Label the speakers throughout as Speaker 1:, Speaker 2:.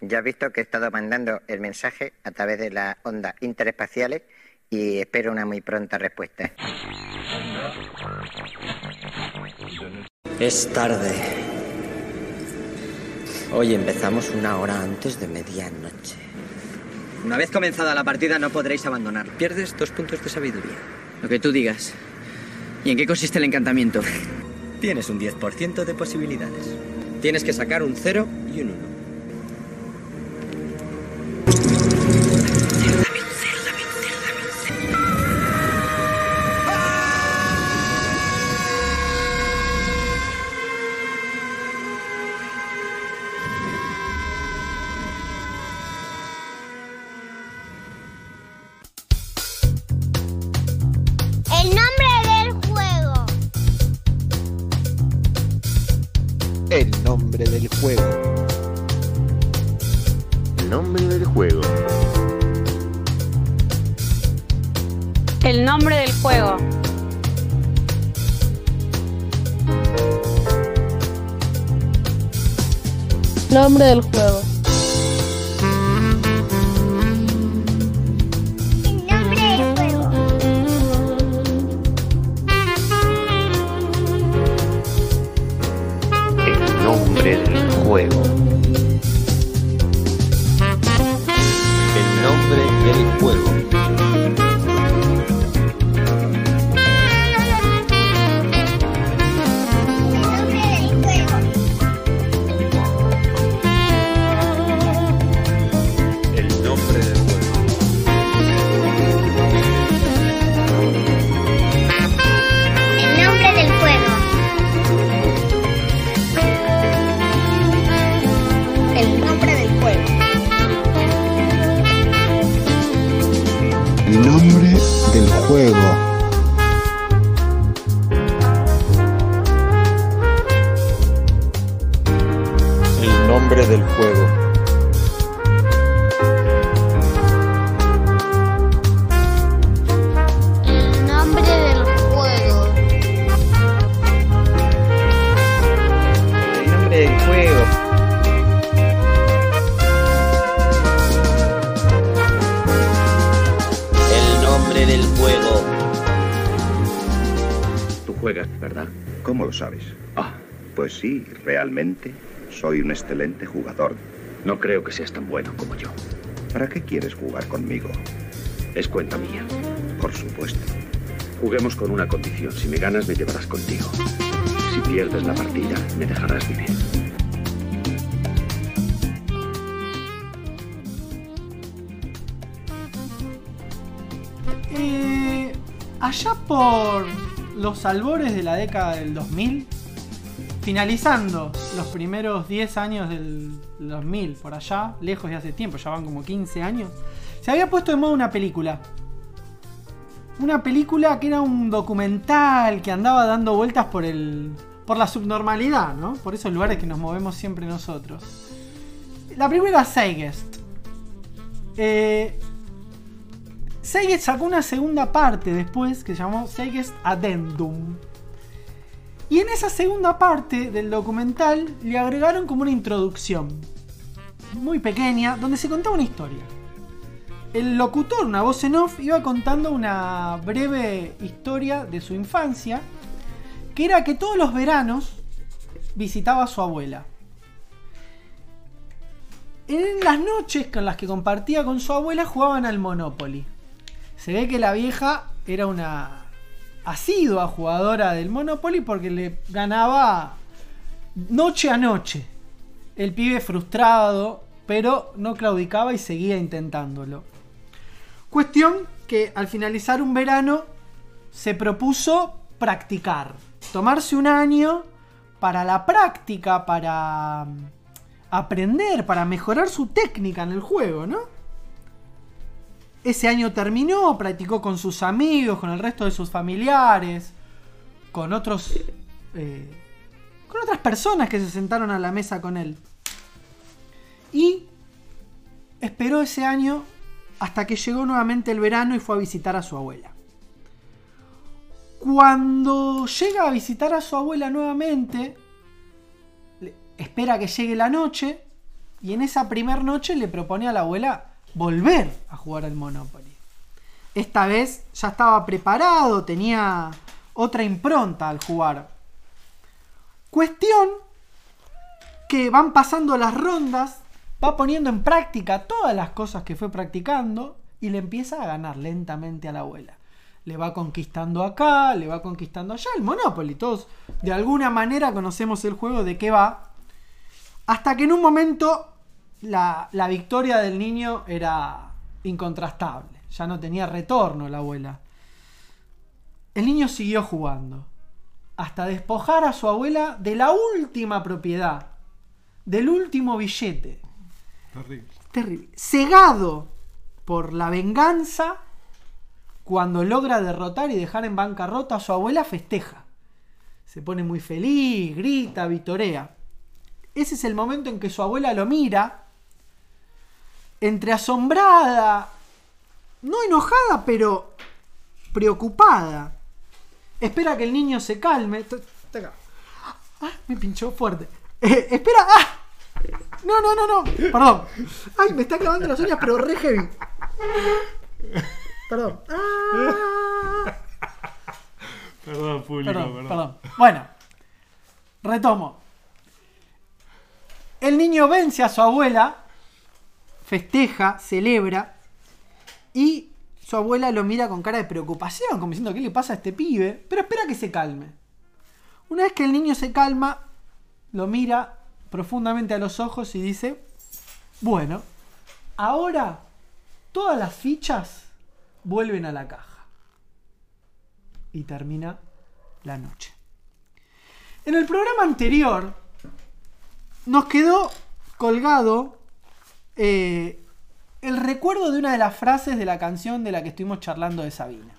Speaker 1: ya has visto que he estado mandando el mensaje a través de las ondas interespaciales y espero una muy pronta respuesta.
Speaker 2: Es tarde. Hoy empezamos una hora antes de medianoche.
Speaker 3: Una vez comenzada la partida no podréis abandonar.
Speaker 2: Pierdes dos puntos de sabiduría.
Speaker 3: Lo que tú digas. ¿Y en qué consiste el encantamiento?
Speaker 2: Tienes un 10% de posibilidades. Tienes que sacar un 0 y un 1.
Speaker 4: El nombre del juego.
Speaker 5: El nombre del juego.
Speaker 6: Nombre del juego.
Speaker 7: El nombre del juego.
Speaker 8: Nombre del juego.
Speaker 4: El nombre del juego.
Speaker 6: El nombre del juego.
Speaker 5: El nombre del juego.
Speaker 4: El nombre del juego.
Speaker 5: El nombre del juego.
Speaker 4: El nombre del juego. El nombre del juego.
Speaker 9: Nombre del juego.
Speaker 5: El nombre del juego.
Speaker 4: El nombre del juego.
Speaker 3: El nombre del juego.
Speaker 2: El nombre del juego.
Speaker 6: Tú juegas, ¿verdad?
Speaker 10: ¿Cómo lo sabes?
Speaker 6: Ah,
Speaker 10: Pues sí, realmente soy un excelente jugador.
Speaker 6: no creo que seas tan bueno como yo.
Speaker 10: ¿Para qué quieres jugar conmigo?
Speaker 6: Es cuenta mía.
Speaker 10: Por supuesto.
Speaker 6: Juguemos con una condición. Si me ganas, me llevarás contigo. Si pierdes la partida, me dejarás dinero.
Speaker 11: Eh, allá por los albores de la década del 2000, finalizando los primeros 10 años del 2000, por allá, lejos de hace tiempo, ya van como 15 años, se había puesto de moda una película. Una película que era un documental que andaba dando vueltas por el por la subnormalidad, ¿no? Por esos lugares que nos movemos siempre nosotros. La primera era Zeitgeist. Eh, Seigest sacó una segunda parte después que se llamó Seigest Addendum. Y en esa segunda parte del documental le agregaron como una introducción, muy pequeña, donde se contaba una historia. El locutor, una voz en off, iba contando una breve historia de su infancia, que era que todos los veranos visitaba a su abuela. En las noches con las que compartía con su abuela jugaban al Monopoly. Se ve que la vieja era una asidua jugadora del Monopoly porque le ganaba noche a noche. El pibe frustrado, pero no claudicaba y seguía intentándolo. Cuestión que al finalizar un verano se propuso practicar, tomarse un año para la práctica, para mm, aprender, para mejorar su técnica en el juego, ¿no? Ese año terminó, practicó con sus amigos, con el resto de sus familiares, con otros. eh, con otras personas que se sentaron a la mesa con él. Y esperó ese año hasta que llegó nuevamente el verano y fue a visitar a su abuela. Cuando llega a visitar a su abuela nuevamente, le- espera que llegue la noche, y en esa primera noche le propone a la abuela volver a jugar al Monopoly. Esta vez ya estaba preparado, tenía otra impronta al jugar. Cuestión que van pasando las rondas, va poniendo en práctica todas las cosas que fue practicando y le empieza a ganar lentamente a la abuela. Le va conquistando acá, le va conquistando allá. El Monopoly, todos de alguna manera conocemos el juego de qué va. Hasta que en un momento la, la victoria del niño era incontrastable. Ya no tenía retorno la abuela. El niño siguió jugando. Hasta despojar a su abuela de la última propiedad. Del último billete.
Speaker 7: Terrible.
Speaker 11: Terrible. Cegado por la venganza, cuando logra derrotar y dejar en bancarrota a su abuela, festeja. Se pone muy feliz, grita, vitorea. Ese es el momento en que su abuela lo mira, entre asombrada, no enojada, pero preocupada. Espera que el niño se calme. T- t- acá. Ah, me pinchó fuerte. Eh, espera. ¡Ah! No, no, no, no. Perdón. Ay, me está clavando las uñas, pero re heavy. Perdón. Ah.
Speaker 7: Perdón, público,
Speaker 11: Perdón,
Speaker 7: perdón.
Speaker 11: perdón. Bueno, retomo. El niño vence a su abuela, festeja, celebra, y su abuela lo mira con cara de preocupación, como diciendo, ¿qué le pasa a este pibe? Pero espera que se calme. Una vez que el niño se calma, lo mira profundamente a los ojos y dice, bueno, ahora todas las fichas vuelven a la caja. Y termina la noche. En el programa anterior nos quedó colgado eh, el recuerdo de una de las frases de la canción de la que estuvimos charlando de Sabina.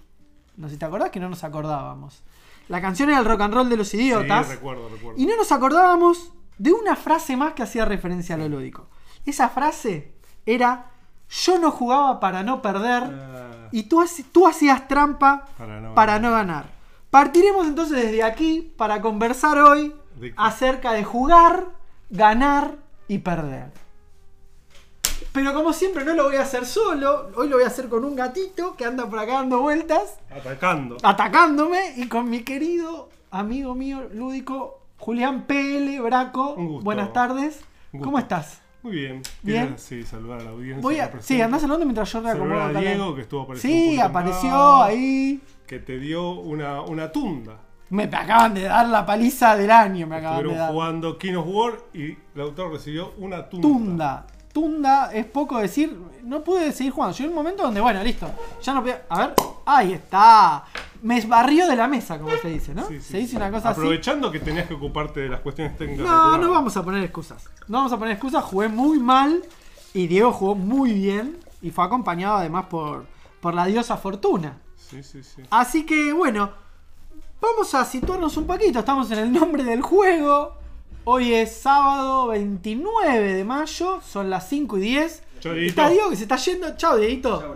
Speaker 11: No sé si te acordás que no nos acordábamos. La canción era el rock and roll de los idiotas.
Speaker 7: Sí, recuerdo, recuerdo.
Speaker 11: Y no nos acordábamos de una frase más que hacía referencia a lo lúdico. Esa frase era: Yo no jugaba para no perder y tú, haci- tú hacías trampa
Speaker 7: Ah. Para no
Speaker 11: para no ganar. Partiremos entonces desde aquí para conversar hoy
Speaker 7: De-
Speaker 11: acerca de jugar, ganar y perder. Pero como siempre no lo voy a hacer solo, hoy lo voy a hacer con un gatito que anda por acá dando vueltas,
Speaker 7: Atacando.
Speaker 11: Ah, atacándome y con mi querido amigo mío lúdico Julián PL Braco.
Speaker 7: Un gusto.
Speaker 11: Buenas tardes.
Speaker 7: Un
Speaker 11: ¿Cómo
Speaker 7: gusto.
Speaker 11: estás?
Speaker 7: Muy bien.
Speaker 11: Bien.
Speaker 7: Quiero, sí, saludar a la audiencia.
Speaker 11: Voy a,
Speaker 7: presente.
Speaker 11: sí, andás hablando mientras yo reacomodo
Speaker 7: Saludar a
Speaker 11: acá la-
Speaker 7: Diego, que estuvo apareciendo. un
Speaker 11: Sí,
Speaker 7: poquito
Speaker 11: apareció
Speaker 7: más,
Speaker 11: ahí.
Speaker 7: Que te dio una, una tunda.
Speaker 11: Me acaban de dar la paliza del año, me acaban de
Speaker 7: Estuvieron
Speaker 11: dar.
Speaker 7: jugando King of War y Lautaro recibió una tunda.
Speaker 11: Tunda. Tunda es poco decir. No pude seguir jugando. Llegó un momento donde, bueno, listo. Ya no podía. A ver. Ahí está. Me barrió de la mesa, como se dice, ¿no?
Speaker 7: Sí, sí,
Speaker 11: se dice
Speaker 7: sí.
Speaker 11: una cosa así.
Speaker 7: Aprovechando que tenías que ocuparte de las cuestiones técnicas. del
Speaker 11: No,
Speaker 7: programa.
Speaker 11: no vamos a poner excusas. No vamos a poner excusas. Jugué muy mal. Y Diego jugó muy bien. Y fue acompañado además por, por la diosa Fortuna.
Speaker 7: Sí, sí, sí.
Speaker 11: Así que bueno, vamos a situarnos un poquito. Estamos en el nombre del juego. Hoy es sábado 29 de mayo, son las 5 y 10.
Speaker 7: Chau, Dieguito.
Speaker 11: Está Diego que se está yendo. Chao, Dieguito.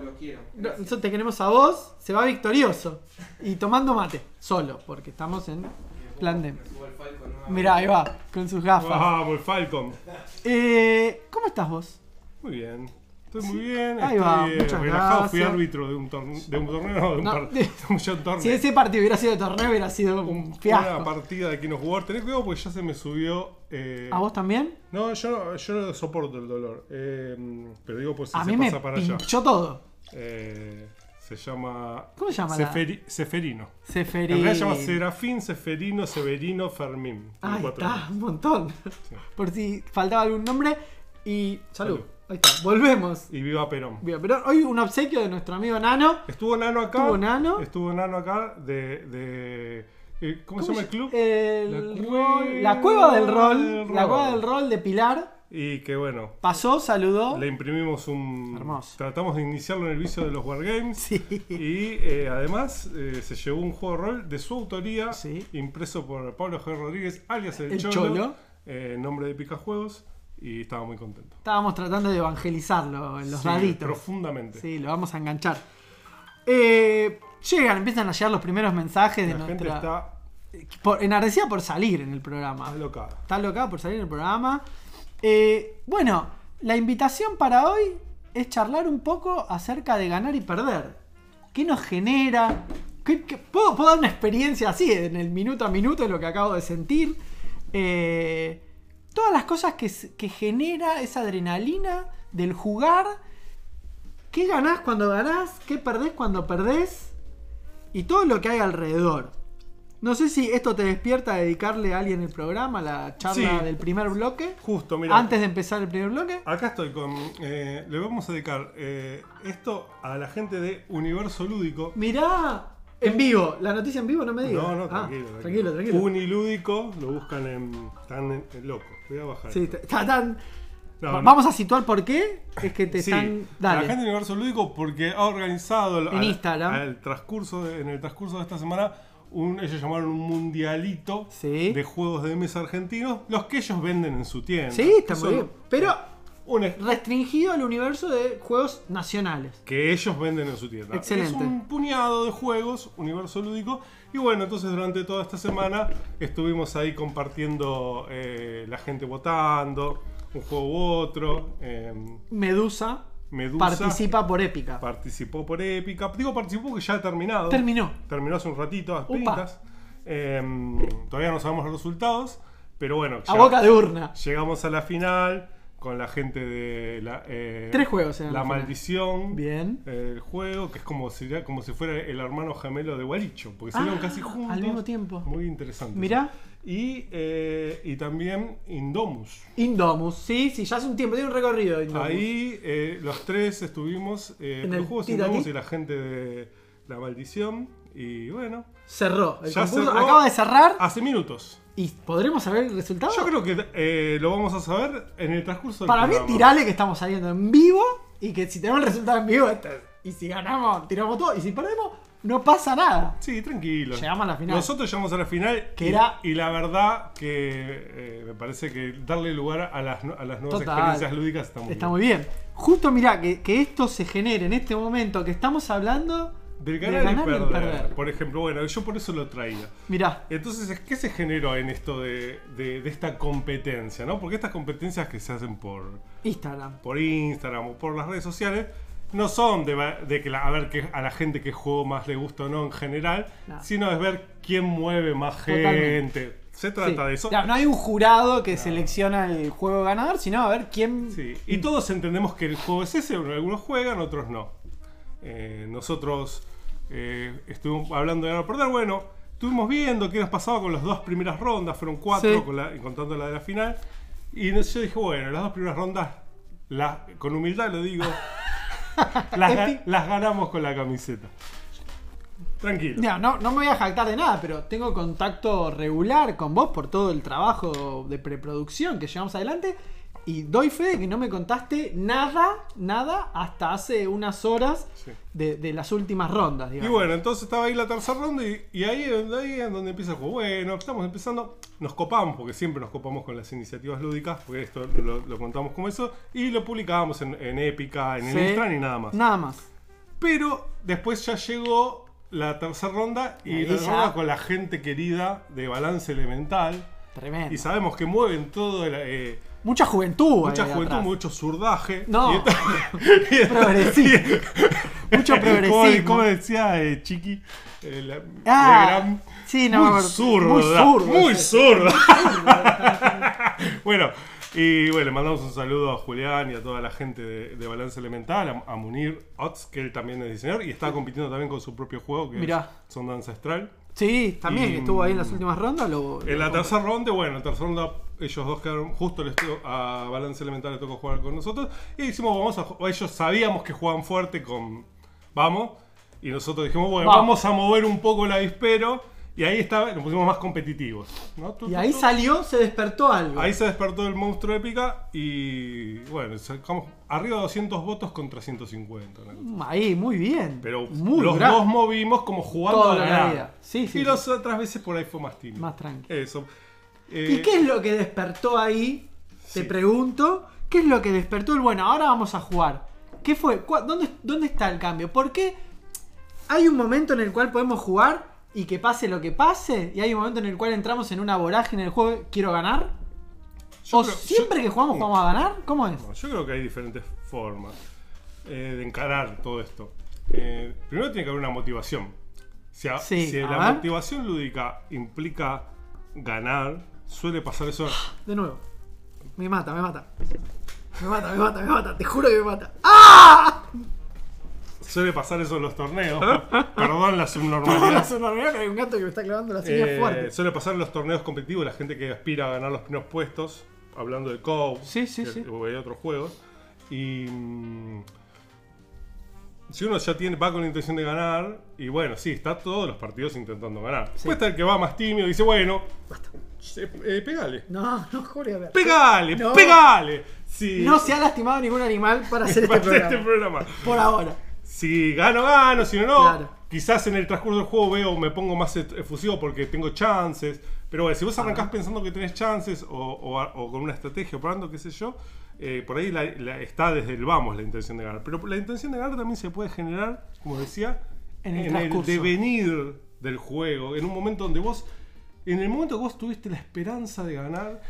Speaker 11: No, Nosotros te queremos a vos. Se va victorioso. Y tomando mate, solo, porque estamos en plan de. Mirá, ahí va, con sus gafas.
Speaker 7: Vamos, el Falcon.
Speaker 11: Eh, ¿Cómo estás vos?
Speaker 7: Muy bien. Estoy muy bien.
Speaker 11: Ahí
Speaker 7: estoy
Speaker 11: va,
Speaker 7: eh,
Speaker 11: muchas
Speaker 7: relajado. Fui
Speaker 11: gracias.
Speaker 7: árbitro de un, torne- de un torneo, no, de un,
Speaker 11: No,
Speaker 7: par-
Speaker 11: de-
Speaker 7: de un ya un torneo.
Speaker 11: Si ese partido hubiera sido de torneo, hubiera sido un
Speaker 7: Una
Speaker 11: fiasco.
Speaker 7: partida de King of War. Tenés cuidado porque ya se me subió. eh,
Speaker 11: ¿A vos también?
Speaker 7: No, yo no, yo no soporto el dolor. eh, pero digo, pues si
Speaker 11: A
Speaker 7: se
Speaker 11: mí me
Speaker 7: pasa para allá.
Speaker 11: pinchó todo.
Speaker 7: Eh, se llama.
Speaker 11: ¿Cómo se llama la-
Speaker 7: Seferi- Seferino.
Speaker 11: Seferino.
Speaker 7: En realidad se llama Serafín, Seferino, Severino, Fermín. Tiene
Speaker 11: Ahí
Speaker 7: cuatro
Speaker 11: está,
Speaker 7: nombres.
Speaker 11: un montón. Por si faltaba algún nombre. Y. Salud.
Speaker 7: Salud.
Speaker 11: Ahí está. Volvemos.
Speaker 7: Y viva Perón.
Speaker 11: Bien, pero hoy un obsequio de nuestro amigo Nano.
Speaker 7: Estuvo Nano acá.
Speaker 11: Estuvo Nano.
Speaker 7: Estuvo Nano acá de. de eh, ¿Cómo, se llama el club?
Speaker 11: El
Speaker 7: La
Speaker 11: rol-
Speaker 7: cueva
Speaker 11: la cueva del rol.
Speaker 7: del
Speaker 11: La
Speaker 7: rol.
Speaker 11: cueva del rol de Pilar.
Speaker 7: Y que bueno.
Speaker 11: Pasó, saludó.
Speaker 7: Le imprimimos un.
Speaker 11: Hermoso.
Speaker 7: Tratamos de iniciarlo en el vicio de los Wargames.
Speaker 11: Sí.
Speaker 7: Y eh, además eh, se llevó un juego de rol de su autoría,
Speaker 11: Sí.
Speaker 7: impreso por Pablo G. Rodríguez, alias El,
Speaker 11: El
Speaker 7: Cholo,
Speaker 11: Cholo.
Speaker 7: eh, en nombre de Picajuegos, y estaba muy contento.
Speaker 11: Estábamos tratando de evangelizarlo en los
Speaker 7: Sí,
Speaker 11: daditos.
Speaker 7: Profundamente.
Speaker 11: Sí, lo vamos a enganchar. Eh, llegan, empiezan a llegar los primeros mensajes de
Speaker 7: La gente
Speaker 11: nuestra.
Speaker 7: está
Speaker 11: por- enardecida por salir en el programa.
Speaker 7: alocada.
Speaker 11: Está loca por salir en el programa. Eh, bueno, La invitación para hoy es charlar un poco acerca de ganar y perder. ¿Qué nos genera? ¿Qué- qué- puedo, puedo dar una experiencia así, en el minuto a minuto, de lo que acabo de sentir? Eh, todas las cosas que, s- que genera esa adrenalina del jugar. ¿Qué ganás cuando ganás? ¿Qué perdés cuando perdés? Y todo lo que hay alrededor. No sé si esto te despierta a dedicarle a alguien el programa, la charla
Speaker 7: Sí.
Speaker 11: del primer bloque.
Speaker 7: Justo, Ah. mira.
Speaker 11: Antes de empezar el primer bloque.
Speaker 7: Acá estoy con. eh, le vamos a dedicar eh, esto a la gente de Universo Lúdico.
Speaker 11: Mirá, en vivo. La noticia en vivo no me digas.
Speaker 7: No, no,
Speaker 11: Ah,
Speaker 7: tranquilo.
Speaker 11: tranquilo, tranquilo.
Speaker 7: Unilúdico, lo buscan en. Están en, en loco. Voy a bajar.
Speaker 11: Sí, ta- ta- tan-
Speaker 7: No,
Speaker 11: Va-
Speaker 7: no.
Speaker 11: Vamos a situar por qué. Es que te
Speaker 7: Sí,
Speaker 11: están.
Speaker 7: La
Speaker 11: Dale.
Speaker 7: gente de Universo Lúdico porque ha organizado al-
Speaker 11: En
Speaker 7: al-
Speaker 11: Instagram.
Speaker 7: al transcurso de- en el transcurso de esta semana un, ellos llamaron un mundialito de juegos de mesa argentinos, los que ellos venden en su tienda.
Speaker 11: Sí, está
Speaker 7: Que
Speaker 11: muy
Speaker 7: son-
Speaker 11: bien. Pero
Speaker 7: un es-
Speaker 11: restringido al universo de juegos nacionales.
Speaker 7: que ellos venden en su tienda.
Speaker 11: Excelente.
Speaker 7: Es un puñado de juegos, universo lúdico. Y bueno, entonces durante toda esta semana estuvimos ahí compartiendo eh, la gente votando, un juego u otro. eh,
Speaker 11: Medusa,
Speaker 7: Medusa
Speaker 11: participa por épica.
Speaker 7: participó por Épica. Digo participó que ya ha terminado.
Speaker 11: Terminó.
Speaker 7: Terminó hace un ratito, a las
Speaker 11: Upa.
Speaker 7: pintas. Eh, todavía no sabemos los resultados, pero bueno.
Speaker 11: A boca de urna.
Speaker 7: Llegamos a la final con la gente de la, eh,
Speaker 11: Tres juegos
Speaker 7: La,
Speaker 11: eran la final.
Speaker 7: maldición.
Speaker 11: Bien.
Speaker 7: El juego, que es como si, como si fuera el hermano gemelo de Gualicho, porque
Speaker 11: Ah,
Speaker 7: salieron casi juntos.
Speaker 11: Al mismo tiempo.
Speaker 7: Muy interesante.
Speaker 11: Mirá.
Speaker 7: Y, eh, y también Indomus.
Speaker 11: Indomus, sí, sí, ya hace un tiempo, tiene un recorrido. Indomus.
Speaker 7: Ahí eh, los tres estuvimos eh,
Speaker 11: En
Speaker 7: los
Speaker 11: el
Speaker 7: juegos
Speaker 11: tira
Speaker 7: Indomus
Speaker 11: aquí.
Speaker 7: y la gente de La Maldición. Y bueno.
Speaker 11: Cerró. El
Speaker 7: ya
Speaker 11: concurso
Speaker 7: cerró
Speaker 11: acaba de cerrar.
Speaker 7: Hace minutos.
Speaker 11: ¿Y podremos saber el resultado?
Speaker 7: Yo creo que eh, lo vamos a saber en el transcurso del
Speaker 11: Para mí,
Speaker 7: programa.
Speaker 11: tirale que estamos saliendo en vivo y que si tenemos el resultado en vivo, esto es- y si ganamos, tiramos todo, y si perdemos, no pasa nada.
Speaker 7: Sí, tranquilo.
Speaker 11: Llegamos a la final.
Speaker 7: Nosotros llegamos a la final
Speaker 11: Que
Speaker 7: y,
Speaker 11: era-
Speaker 7: y la verdad que eh, me parece que darle lugar a las, nu- a las nuevas
Speaker 11: Total.
Speaker 7: experiencias lúdicas está muy
Speaker 11: Está
Speaker 7: bien.
Speaker 11: muy bien. Justo mirá, que, que esto se genere en este momento que estamos hablando
Speaker 7: Del
Speaker 11: de
Speaker 7: ganar,
Speaker 11: ganar
Speaker 7: y,
Speaker 11: y el
Speaker 7: perder,
Speaker 11: perder.
Speaker 7: Por ejemplo, bueno, yo por eso lo traía.
Speaker 11: Mirá,
Speaker 7: Entonces, ¿qué se generó en esto de, de- de esta competencia? ¿no? Porque estas competencias que se hacen por,
Speaker 11: Instagram.
Speaker 7: por Instagram o por las redes sociales no son de, va- de que la- a ver que a la gente qué juego más le gusta o no en general,
Speaker 11: No.
Speaker 7: sino es ver quién mueve más
Speaker 11: Totalmente.
Speaker 7: gente. Se trata
Speaker 11: Sí.
Speaker 7: de eso.
Speaker 11: Ya, no hay un jurado que selecciona el juego ganador, sino a ver quién.
Speaker 7: Sí, Y todos entendemos que el juego es ese, bueno, algunos juegan, otros no. Eh, nosotros eh, estuvimos hablando de ganar o perder, bueno, estuvimos viendo qué nos pasaba con las dos primeras rondas, fueron cuatro,
Speaker 11: Sí.
Speaker 7: con la- y contando la de la final. Y no- yo dije, bueno, las dos primeras rondas, la- con humildad lo digo, las, ga- las ganamos con la camiseta. Tranquilo.
Speaker 11: Ya, no, no me voy a jactar de nada, pero tengo contacto regular con vos por todo el trabajo de preproducción que llevamos adelante. Y doy fe de que no me contaste nada, nada, hasta hace unas horas
Speaker 7: Sí.
Speaker 11: de, de las últimas rondas,
Speaker 7: Y
Speaker 11: digamos.
Speaker 7: bueno, entonces estaba ahí la tercera ronda y, y ahí, es donde- ahí es donde empieza el juego. Bueno, estamos empezando, nos copamos, porque siempre nos copamos con las iniciativas lúdicas, porque esto lo, lo contamos como eso, y lo publicábamos en, en Épica,
Speaker 11: Sí.
Speaker 7: en el Instagram y nada más.
Speaker 11: Nada más.
Speaker 7: Pero después ya llegó la tercera ronda y
Speaker 11: Ahí
Speaker 7: la
Speaker 11: ya.
Speaker 7: ronda con la gente querida de Balance Elemental.
Speaker 11: Tremendo.
Speaker 7: Y sabemos que mueven todo, el, eh,
Speaker 11: Mucha juventud.
Speaker 7: mucha
Speaker 11: ahí
Speaker 7: juventud,
Speaker 11: atrás.
Speaker 7: mucho zurdaje.
Speaker 11: No.
Speaker 7: Y esto- y esto-
Speaker 11: Progresismo. Mucho
Speaker 7: ¿Cómo-
Speaker 11: progresismo.
Speaker 7: ¿Cómo decía eh, Chiqui? Eh, la-
Speaker 11: Ah,
Speaker 7: Legrand.
Speaker 11: sí, no me
Speaker 7: muy
Speaker 11: acuerdo.
Speaker 7: zurda.
Speaker 11: Muy zurdo,
Speaker 7: Muy
Speaker 11: sí.
Speaker 7: zurda. bueno, y bueno, le mandamos un saludo a Julián y a toda la gente de, de Balance Elemental, a, a Munir Otz, que él también es diseñador y está compitiendo también con su propio juego, que
Speaker 11: Mirá.
Speaker 7: es Sonda Ancestral.
Speaker 11: Sí, también
Speaker 7: Y-
Speaker 11: estuvo ahí en las últimas rondas. Lo,
Speaker 7: En
Speaker 11: lo-
Speaker 7: la tercera ronda, bueno, en la tercera ronda ellos dos quedaron justo les to- a Balance Elemental le tocó jugar con nosotros. Y dijimos, vamos a ju- ellos sabíamos que jugaban fuerte con vamos. Y nosotros dijimos, bueno,
Speaker 11: Vamos.
Speaker 7: vamos, a mover un poco el avispero. Y ahí estaba, nos pusimos más competitivos. ¿no? Tu,
Speaker 11: Y
Speaker 7: tu,
Speaker 11: ahí
Speaker 7: tu.
Speaker 11: salió, se despertó algo.
Speaker 7: Ahí se despertó el monstruo épica y bueno, sacamos arriba de 200 votos contra 150. una cosa.
Speaker 11: Ahí, muy bien.
Speaker 7: Pero
Speaker 11: muy
Speaker 7: los
Speaker 11: gra-
Speaker 7: dos movimos como jugando
Speaker 11: Toda
Speaker 7: a
Speaker 11: la
Speaker 7: ganar.
Speaker 11: vida. Sí, sí,
Speaker 7: y
Speaker 11: sí.
Speaker 7: las otras veces por ahí fue más tímido.
Speaker 11: Más tranqui.
Speaker 7: Eso.
Speaker 11: ¿Y
Speaker 7: Eh,
Speaker 11: qué es lo que despertó ahí? Te
Speaker 7: Sí.
Speaker 11: pregunto. ¿Qué es lo que despertó el bueno? Ahora vamos a jugar. ¿Qué fue? ¿Cuá- ¿Dónde, ¿Dónde está el cambio? ¿Por qué hay un momento en el cual podemos jugar y que pase lo que pase? ¿Y hay un momento en el cual entramos en una vorágine del juego? ¿Quiero ganar? ¿O siempre que jugamos vamos a ganar? ¿Cómo es?
Speaker 7: No, yo creo que hay diferentes formas eh, de encarar todo esto. Eh, primero tiene que haber una motivación. Si, a-
Speaker 11: Sí,
Speaker 7: si
Speaker 11: a
Speaker 7: la
Speaker 11: ver.
Speaker 7: motivación lúdica implica ganar, suele pasar eso.
Speaker 11: De nuevo. Me mata, me mata. Me mata, me mata, me mata. Te juro que me mata. ¡Ah!
Speaker 7: Suele pasar eso en los torneos. Perdón la subnormalidad.
Speaker 11: Es una realidad que hay un gato que me está clavando la silla
Speaker 7: Eh,
Speaker 11: fuerte.
Speaker 7: suele pasar en los torneos competitivos, la gente que aspira a ganar los primeros puestos, hablando de COW que-
Speaker 11: sí.
Speaker 7: o de otros juegos. Y mm, si uno ya tiene, va con la intención de ganar, y bueno, sí, está todos los partidos intentando ganar. Después está el que va más tímido y dice, bueno, eh, eh, pegale.
Speaker 11: No, no, Julio, a ver.
Speaker 7: Pegale,
Speaker 11: No.
Speaker 7: pegale. Si-
Speaker 11: No se ha lastimado ningún animal para hacer este
Speaker 7: para hacer
Speaker 11: programa.
Speaker 7: este programa.
Speaker 11: Por ahora.
Speaker 7: Si gano, gano, si no, no.
Speaker 11: Claro.
Speaker 7: Quizás en el transcurso del juego veo, me pongo más e- efusivo porque tengo chances. Pero bueno, si vos arrancás pensando que tenés chances o, o a- o con una estrategia o probando, qué sé yo, eh, por ahí la- la- está desde el vamos la intención de ganar. Pero la intención de ganar también se puede generar, como decía,
Speaker 11: En el transcurso.
Speaker 7: devenir del juego. En un momento donde vos, en el momento que vos tuviste la esperanza de ganar,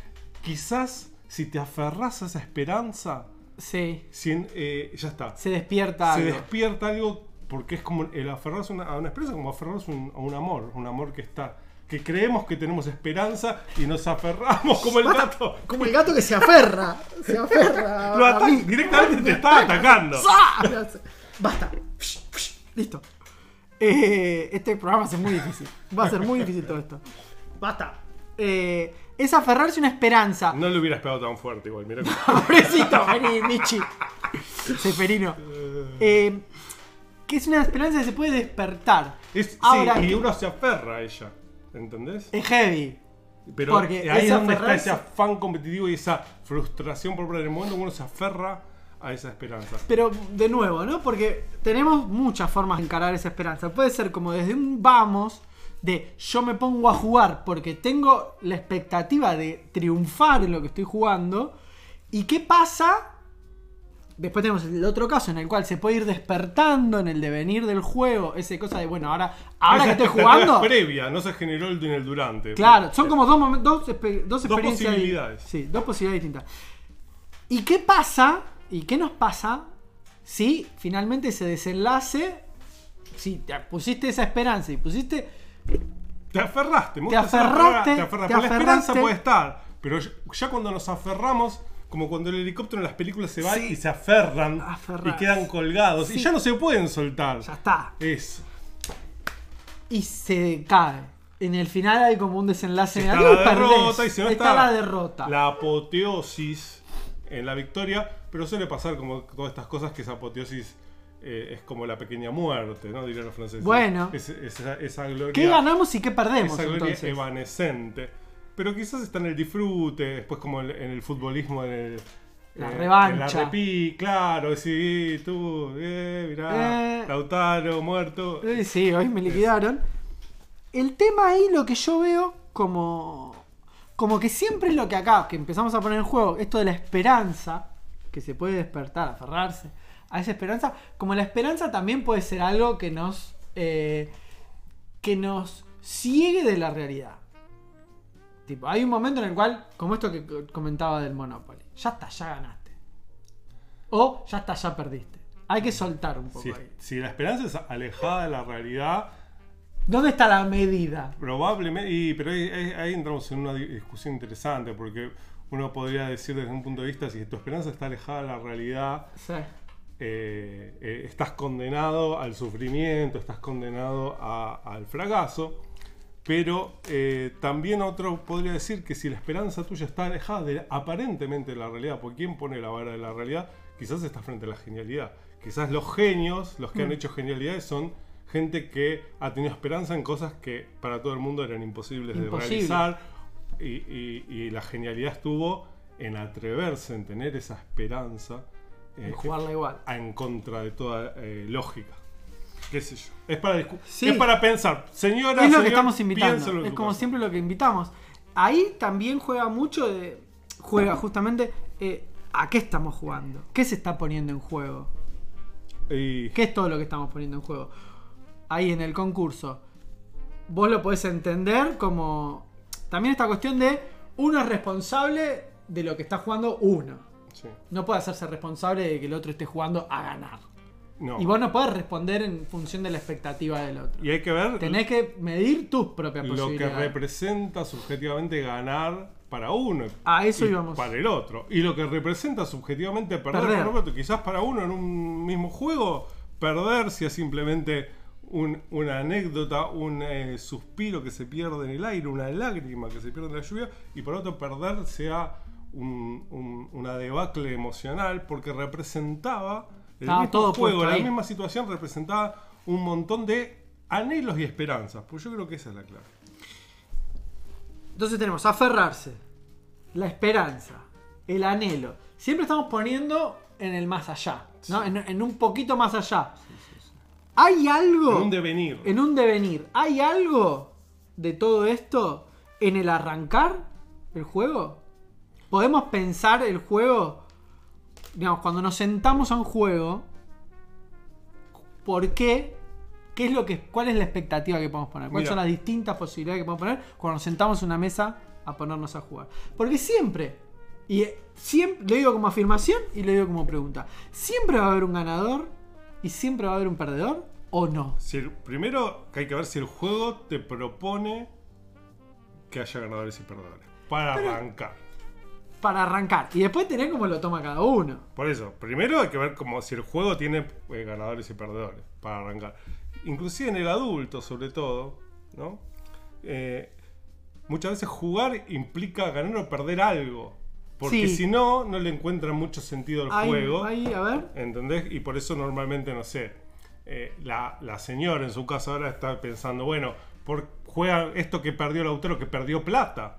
Speaker 7: quizás si te aferrás a esa esperanza,
Speaker 11: Sí.
Speaker 7: si en- eh, ya está
Speaker 11: Se despierta
Speaker 7: se
Speaker 11: algo.
Speaker 7: despierta algo porque es como el aferrarse a una, a una esperanza, como aferrarse un- a un amor, un amor que está, que creemos que tenemos esperanza y nos aferramos como el gato.
Speaker 11: Como el gato que se aferra. Se aferra.
Speaker 7: Lo
Speaker 11: a
Speaker 7: ata-
Speaker 11: mí.
Speaker 7: directamente te está atacando.
Speaker 11: ¡Sa! Basta. Listo. Eh, este programa va a ser muy difícil. Va a ser muy difícil todo esto. Basta. Eh, es aferrarse a una esperanza.
Speaker 7: No le hubieras pegado tan fuerte igual, mira.
Speaker 11: Pobrecito, vení, Michi. Seferino. Eh, que es una esperanza que se puede despertar.
Speaker 7: Es, sí,
Speaker 11: Ahora-
Speaker 7: y uno se aferra a ella, ¿entendés?
Speaker 11: Es heavy.
Speaker 7: Pero
Speaker 11: porque
Speaker 7: ahí
Speaker 11: ese
Speaker 7: es donde está
Speaker 11: aferrarse-
Speaker 7: ese afán competitivo y esa frustración por perder el momento que uno se aferra a esa esperanza.
Speaker 11: Pero de nuevo, ¿no? Porque tenemos muchas formas de encarar esa esperanza. Puede ser como desde un vamos, de yo me pongo a jugar porque tengo la expectativa de triunfar en lo que estoy jugando. ¿Y qué pasa? Después tenemos el otro caso en el cual se puede ir despertando en el devenir del juego, esa cosa de, bueno, ahora, ahora
Speaker 7: Esa
Speaker 11: que estoy
Speaker 7: expectativa
Speaker 11: jugando,
Speaker 7: es previa, no se generó el- en el durante.
Speaker 11: Claro, son como dos, momen- dos, espe- dos experiencias. di-
Speaker 7: posibilidades.
Speaker 11: Sí, dos posibilidades distintas. ¿Y qué pasa? ¿Y qué nos pasa si finalmente se desenlace? Si te pusiste esa esperanza y pusiste.
Speaker 7: Te aferraste, me
Speaker 11: Te
Speaker 7: gusta esa palabra,
Speaker 11: aferraste,
Speaker 7: te aferraste.
Speaker 11: te
Speaker 7: Porque La esperanza
Speaker 11: aferraste.
Speaker 7: puede estar, pero ya- ya cuando nos aferramos, como cuando el helicóptero en las películas se va
Speaker 11: Sí.
Speaker 7: y se aferran
Speaker 11: Aferrarse.
Speaker 7: y quedan colgados
Speaker 11: Sí.
Speaker 7: y ya no se pueden soltar.
Speaker 11: Ya está.
Speaker 7: Eso.
Speaker 11: Y se cae. En el final hay como un desenlace
Speaker 7: Está
Speaker 11: negativo y
Speaker 7: la
Speaker 11: perdés.
Speaker 7: derrota y si no
Speaker 11: está, la derrota.
Speaker 7: La apoteosis en la victoria, pero suele pasar como todas estas cosas que esa apoteosis eh, es como la pequeña muerte, ¿no? Dirían los franceses.
Speaker 11: Bueno.
Speaker 7: Es- es- esa, esa gloria.
Speaker 11: ¿Qué ganamos y qué perdemos
Speaker 7: esa gloria
Speaker 11: entonces?
Speaker 7: evanescente. Pero quizás está en el disfrute, después como en, en el futbolismo, en el.
Speaker 11: La
Speaker 7: eh, En la
Speaker 11: revancha.
Speaker 7: repí, claro, sí, tú, eh, mirá,
Speaker 11: Eh.
Speaker 7: Lautaro, muerto.
Speaker 11: Eh, Sí, hoy me liquidaron. El tema ahí, lo que yo veo como. Como que siempre es lo que acá, que empezamos a poner en juego, esto de la esperanza, que se puede despertar, aferrarse a esa esperanza, como la esperanza también puede ser algo que nos. eh, que nos ciegue de la realidad. Tipo, hay un momento en el cual, como esto que co- comentaba del Monopoly, ya está, ya ganaste. O ya está, ya perdiste. Hay que soltar un poco
Speaker 7: Si,
Speaker 11: ahí.
Speaker 7: si la esperanza es alejada de la realidad,
Speaker 11: ¿Dónde está la medida?
Speaker 7: probablemente. Y, pero ahí, ahí- ahí entramos en una di- discusión interesante, porque uno podría decir desde un punto de vista: si tu esperanza está alejada de la realidad,
Speaker 11: Sí.
Speaker 7: eh, eh, estás condenado al sufrimiento, estás condenado a- al fracaso. Pero eh, también otro podría decir que si la esperanza tuya está alejada de, aparentemente de la realidad, porque ¿quién pone la vara de la realidad? Quizás estás frente a la genialidad. Quizás los genios, los que
Speaker 11: Mm.
Speaker 7: han hecho genialidades, son gente que ha tenido esperanza en cosas que para todo el mundo eran imposibles
Speaker 11: Imposible.
Speaker 7: de realizar. Y, y- y la genialidad estuvo en atreverse, en tener esa esperanza. eh,
Speaker 11: En jugarla igual.
Speaker 7: a- en contra de toda eh, lógica. ¿Qué sé yo? Es para, discu-
Speaker 11: Sí.
Speaker 7: es para pensar. Señora,
Speaker 11: Es lo
Speaker 7: señor,
Speaker 11: que estamos invitando.
Speaker 7: piénselo en
Speaker 11: Es
Speaker 7: su
Speaker 11: como
Speaker 7: casa.
Speaker 11: siempre lo que invitamos. Ahí también juega mucho de. Juega justamente eh, a qué estamos jugando. ¿Qué se está poniendo en juego?
Speaker 7: Y-
Speaker 11: ¿Qué es todo lo que estamos poniendo en juego? Ahí en el concurso. Vos lo podés entender como. También esta cuestión de uno es responsable de lo que está jugando uno.
Speaker 7: Sí.
Speaker 11: No puede hacerse responsable de que el otro esté jugando a ganar.
Speaker 7: No.
Speaker 11: Y vos no podés responder en función de la expectativa del otro.
Speaker 7: Y hay que ver
Speaker 11: Tenés que medir tus propias
Speaker 7: lo que
Speaker 11: posibilidades.
Speaker 7: representa subjetivamente ganar para uno.
Speaker 11: A eso
Speaker 7: y
Speaker 11: íbamos.
Speaker 7: Para el otro. Y lo que representa subjetivamente perder,
Speaker 11: Perder.
Speaker 7: para el otro. Quizás para uno en un mismo juego, perder si es simplemente un- una anécdota, un eh, suspiro que se pierde en el aire, una lágrima que se pierde en la lluvia. Y para otro, perder sea un- un- una debacle emocional porque representaba el
Speaker 11: Estaba
Speaker 7: mismo
Speaker 11: todo
Speaker 7: juego,
Speaker 11: puesto
Speaker 7: la
Speaker 11: ahí.
Speaker 7: misma situación representaba un montón de anhelos y esperanzas. Pues yo creo que esa es la clave.
Speaker 11: Entonces tenemos aferrarse, la esperanza, el anhelo. Siempre estamos poniendo en el más allá, ¿no? En, en un poquito más allá. Hay algo.
Speaker 7: En un devenir.
Speaker 11: En un devenir. ¿Hay algo de todo esto en el arrancar el juego? ¿Podemos pensar el juego? Digamos, cuando nos sentamos a un juego, ¿por qué? ¿Qué es lo que, ¿Cuál es la expectativa que podemos poner? ¿Cuáles
Speaker 7: Mira.
Speaker 11: son las distintas posibilidades que podemos poner cuando nos sentamos en una mesa a ponernos a jugar? Porque siempre, y eh, siempre, lo digo como afirmación y lo digo como pregunta, ¿siempre va a haber un ganador y siempre va a haber un perdedor o no?
Speaker 7: Si el- primero que hay que ver si el juego te propone que haya ganadores y perdedores. Para arrancar.
Speaker 11: Para arrancar. Y después tener cómo lo toma cada uno.
Speaker 7: Por eso, primero hay que ver como si el juego tiene eh, ganadores y perdedores. Para arrancar. Inclusive en el adulto, sobre todo, ¿no? Eh, muchas veces jugar implica ganar o perder algo. Porque
Speaker 11: Sí.
Speaker 7: si no, no le encuentra mucho sentido al
Speaker 11: Ahí,
Speaker 7: juego.
Speaker 11: ahí, a ver.
Speaker 7: ¿Entendés? Y por eso normalmente, no sé, eh, la, la señora en su casa ahora está pensando, bueno, por, juega esto que perdió Lautaro, que perdió plata.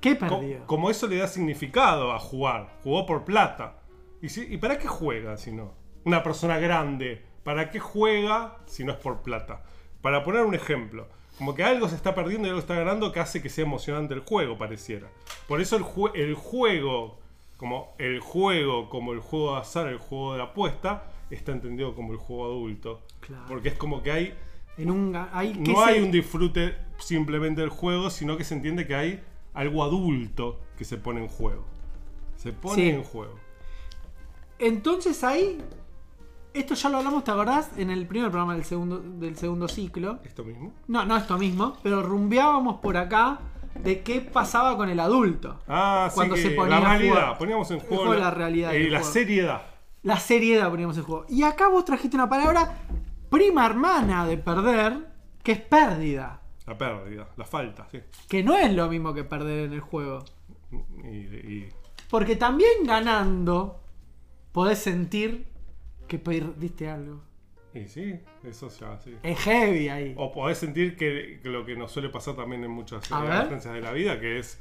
Speaker 11: ¿Qué
Speaker 7: Co-
Speaker 11: perdió?
Speaker 7: como eso le da significado a jugar, jugó por plata. ¿Y, si- ¿Y para qué juega si no? Una persona grande, ¿para qué juega si no es por plata? Para poner un ejemplo, como que algo se está perdiendo y algo está ganando que hace que sea emocionante el juego, pareciera. Por eso el, jue- el juego, como el juego, como el juego de azar, el juego de la apuesta, está entendido como el juego adulto.
Speaker 11: Claro.
Speaker 7: Porque es como que hay
Speaker 11: En un, ga- hay, ¿qué
Speaker 7: no
Speaker 11: se-
Speaker 7: hay un disfrute simplemente del juego, sino que se entiende que hay algo adulto que se pone en juego. Se pone
Speaker 11: Sí.
Speaker 7: en juego.
Speaker 11: Entonces ahí, esto ya lo hablamos, ¿te acordás? En el primer programa del segundo, del segundo ciclo.
Speaker 7: ¿Esto mismo?
Speaker 11: No, no esto mismo, pero rumbeábamos por acá de qué pasaba con el adulto.
Speaker 7: Ah,
Speaker 11: Cuando
Speaker 7: sí,
Speaker 11: se
Speaker 7: que
Speaker 11: ponía a
Speaker 7: la realidad.
Speaker 11: jugar.
Speaker 7: Poníamos en
Speaker 11: El
Speaker 7: juego,
Speaker 11: juego de la realidad
Speaker 7: eh,
Speaker 11: del
Speaker 7: la
Speaker 11: juego.
Speaker 7: seriedad.
Speaker 11: La seriedad poníamos en juego. Y acá vos trajiste una palabra prima hermana de perder, que es pérdida.
Speaker 7: La pérdida, la falta, sí.
Speaker 11: Que no es lo mismo que perder en el juego.
Speaker 7: Y, y-
Speaker 11: Porque también ganando, podés sentir que perdiste algo.
Speaker 7: y sí, eso ya, sí.
Speaker 11: Es heavy ahí.
Speaker 7: O podés sentir que, que lo que nos suele pasar también en muchas
Speaker 11: A
Speaker 7: eh,
Speaker 11: ver.
Speaker 7: instancias de la vida, que es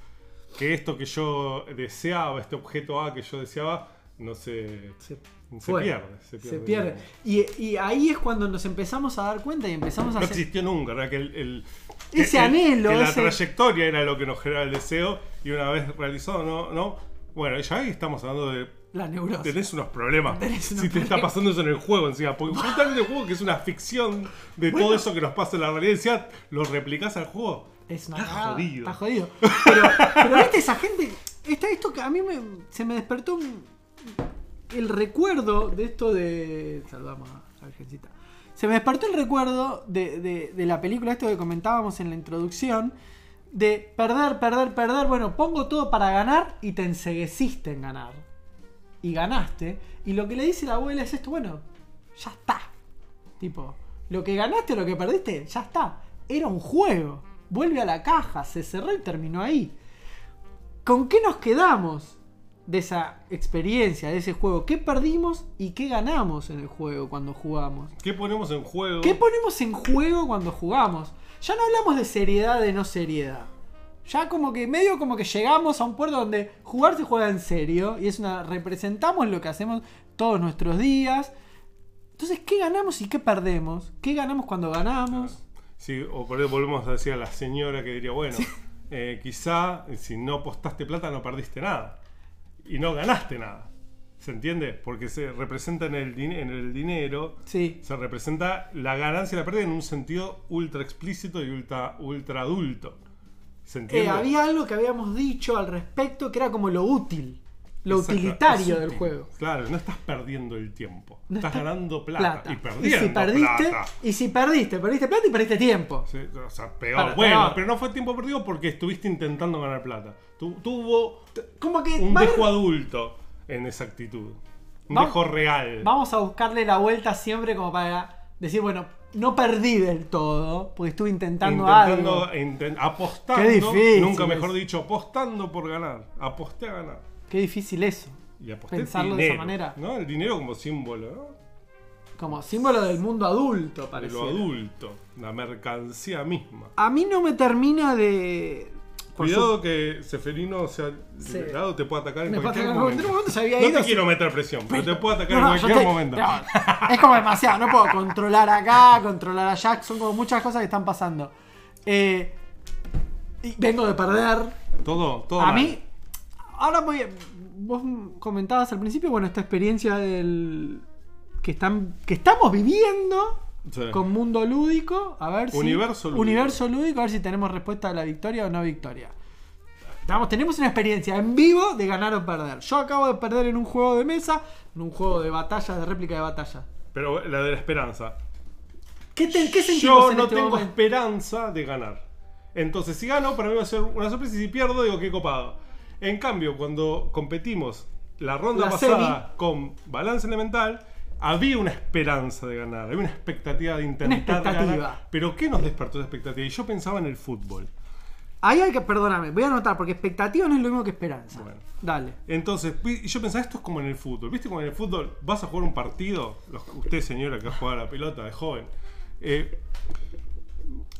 Speaker 7: que esto que yo deseaba, este objeto A que yo deseaba, no se,
Speaker 11: Se-
Speaker 7: se
Speaker 11: fue.
Speaker 7: pierde. Se pierde.
Speaker 11: Se pierde. Y, y ahí es cuando nos empezamos a dar cuenta y empezamos a
Speaker 7: No
Speaker 11: hacer-
Speaker 7: existió nunca, ¿verdad? Que el, el-
Speaker 11: Ese
Speaker 7: que-
Speaker 11: anhelo,
Speaker 7: que la
Speaker 11: ese-
Speaker 7: trayectoria era lo que nos generaba el deseo y una vez realizado, ¿no? no bueno, ya ahí estamos hablando de...
Speaker 11: la neurosis.
Speaker 7: Tenés unos problemas.
Speaker 11: Tenés
Speaker 7: si
Speaker 11: unos
Speaker 7: te está
Speaker 11: problemas.
Speaker 7: pasando eso en el juego encima. Porque justamente el juego que es una ficción de todo eso que nos pasa en la realidad, encima lo replicás al juego.
Speaker 11: Es una
Speaker 7: Está
Speaker 11: cagada,
Speaker 7: jodido.
Speaker 11: Está jodido. Pero, pero viste, esa gente. Está esto que a mí me, se me despertó un- el recuerdo de esto de. Saludamos a la Virgencita. Se me despertó el recuerdo de, de- de la película, esto que comentábamos en la introducción. De perder, perder, perder. Bueno, pongo todo para ganar y te ensegueciste en ganar. Y ganaste. Y lo que le dice la abuela es esto: bueno, ya está. Tipo, lo que ganaste o lo que perdiste, ya está. Era un juego. Vuelve a la caja, se cerró y terminó ahí. ¿Con qué nos quedamos de esa experiencia, de ese juego? ¿Qué perdimos y qué ganamos en el juego cuando jugamos?
Speaker 7: ¿Qué ponemos en juego?
Speaker 11: ¿Qué ponemos en juego cuando jugamos? Ya no hablamos de seriedad, de no seriedad. Ya como que medio como que llegamos a un puerto donde jugar se juega en serio y es una representamos lo que hacemos todos nuestros días. Entonces, ¿qué ganamos y qué perdemos? ¿Qué ganamos cuando ganamos?
Speaker 7: Sí, o por ahí volvemos a decir a la señora que diría, bueno, eh, quizá si no apostaste plata no perdiste nada. Y no ganaste nada. ¿Se entiende? Porque se representa en el, din- en el dinero,
Speaker 11: Sí.
Speaker 7: se representa la ganancia y la pérdida en un sentido ultra explícito y ultra, ultra adulto. ¿Se
Speaker 11: Eh,
Speaker 7: entiende?
Speaker 11: había algo que habíamos dicho al respecto que era como lo útil, lo
Speaker 7: Exacto, es
Speaker 11: utilitario
Speaker 7: útil.
Speaker 11: del juego.
Speaker 7: Claro, no estás perdiendo el tiempo.
Speaker 11: No
Speaker 7: estás
Speaker 11: está-
Speaker 7: ganando plata, y perdiendo
Speaker 11: si perdiste,
Speaker 7: plata.
Speaker 11: y si perdiste, perdiste plata y perdiste tiempo.
Speaker 7: Sí, o sea, peor.
Speaker 11: Para,
Speaker 7: bueno,
Speaker 11: peor.
Speaker 7: pero no fue tiempo perdido porque estuviste intentando ganar plata. Tu- tuvo
Speaker 11: Como que
Speaker 7: un
Speaker 11: va a haber-
Speaker 7: dejo adulto en esa actitud. Un
Speaker 11: Vamos-
Speaker 7: dejo real.
Speaker 11: vamos a buscarle la vuelta siempre como para decir, bueno, no perdí del todo, porque estuve intentando,
Speaker 7: intentando, eh,
Speaker 11: algo.
Speaker 7: inten- apostando.
Speaker 11: Qué difícil
Speaker 7: nunca mejor
Speaker 11: es.
Speaker 7: dicho, apostando por ganar. Aposté a ganar.
Speaker 11: Qué difícil eso,
Speaker 7: Y aposté
Speaker 11: pensarlo de
Speaker 7: dinero,
Speaker 11: esa manera.
Speaker 7: ¿no? El dinero como símbolo, ¿no?
Speaker 11: Como símbolo del mundo adulto,
Speaker 7: De
Speaker 11: parece.
Speaker 7: lo adulto. La mercancía misma.
Speaker 11: A mí no me termina de... Por
Speaker 7: Cuidado que Seferino sea liberado, te puede atacar en
Speaker 11: Me puede atacar
Speaker 7: cualquier
Speaker 11: en
Speaker 7: momento.
Speaker 11: cualquier momento, se había
Speaker 7: no
Speaker 11: ido,
Speaker 7: te
Speaker 11: sí.
Speaker 7: quiero meter presión, pero te puede atacar
Speaker 11: No, no,
Speaker 7: en
Speaker 11: yo
Speaker 7: cualquier
Speaker 11: estoy-
Speaker 7: momento.
Speaker 11: no, es como demasiado, no puedo controlar acá, controlar allá, son como muchas cosas que están pasando. Eh, y vengo de perder.
Speaker 7: Todo, todo.
Speaker 11: A
Speaker 7: mal.
Speaker 11: mí, ahora voy. a- Vos comentabas al principio, bueno, esta experiencia del. que, están, que estamos viviendo
Speaker 7: Sí.
Speaker 11: con mundo lúdico. A ver si.
Speaker 7: Universo lúdico.
Speaker 11: Universo lúdico, a ver si tenemos respuesta a la victoria o no victoria. Estamos, tenemos una experiencia en vivo de ganar o perder. Yo acabo de perder en un juego de mesa, en un juego de batalla, de réplica de batalla.
Speaker 7: Pero la de la esperanza.
Speaker 11: ¿Qué, te- qué sentimos
Speaker 7: Yo
Speaker 11: en
Speaker 7: no
Speaker 11: este
Speaker 7: tengo
Speaker 11: momento?
Speaker 7: esperanza de ganar. Entonces, si gano, para mí va a ser una sorpresa. Y si pierdo, digo, qué copado. En cambio, cuando competimos la ronda
Speaker 11: La
Speaker 7: pasada con Balance Elemental, había una esperanza de ganar, había una expectativa de intentar
Speaker 11: expectativa.
Speaker 7: ganar. Pero ¿qué nos despertó esa expectativa? Y yo pensaba en el fútbol.
Speaker 11: Ahí hay que, perdóname, voy a anotar, porque expectativa no es lo mismo que esperanza.
Speaker 7: Bueno.
Speaker 11: Dale.
Speaker 7: Entonces, vi- y yo pensaba, esto es como en el fútbol. ¿Viste? Como en el fútbol vas a jugar un partido, los- usted señora que ha jugado a la pelota de joven, eh,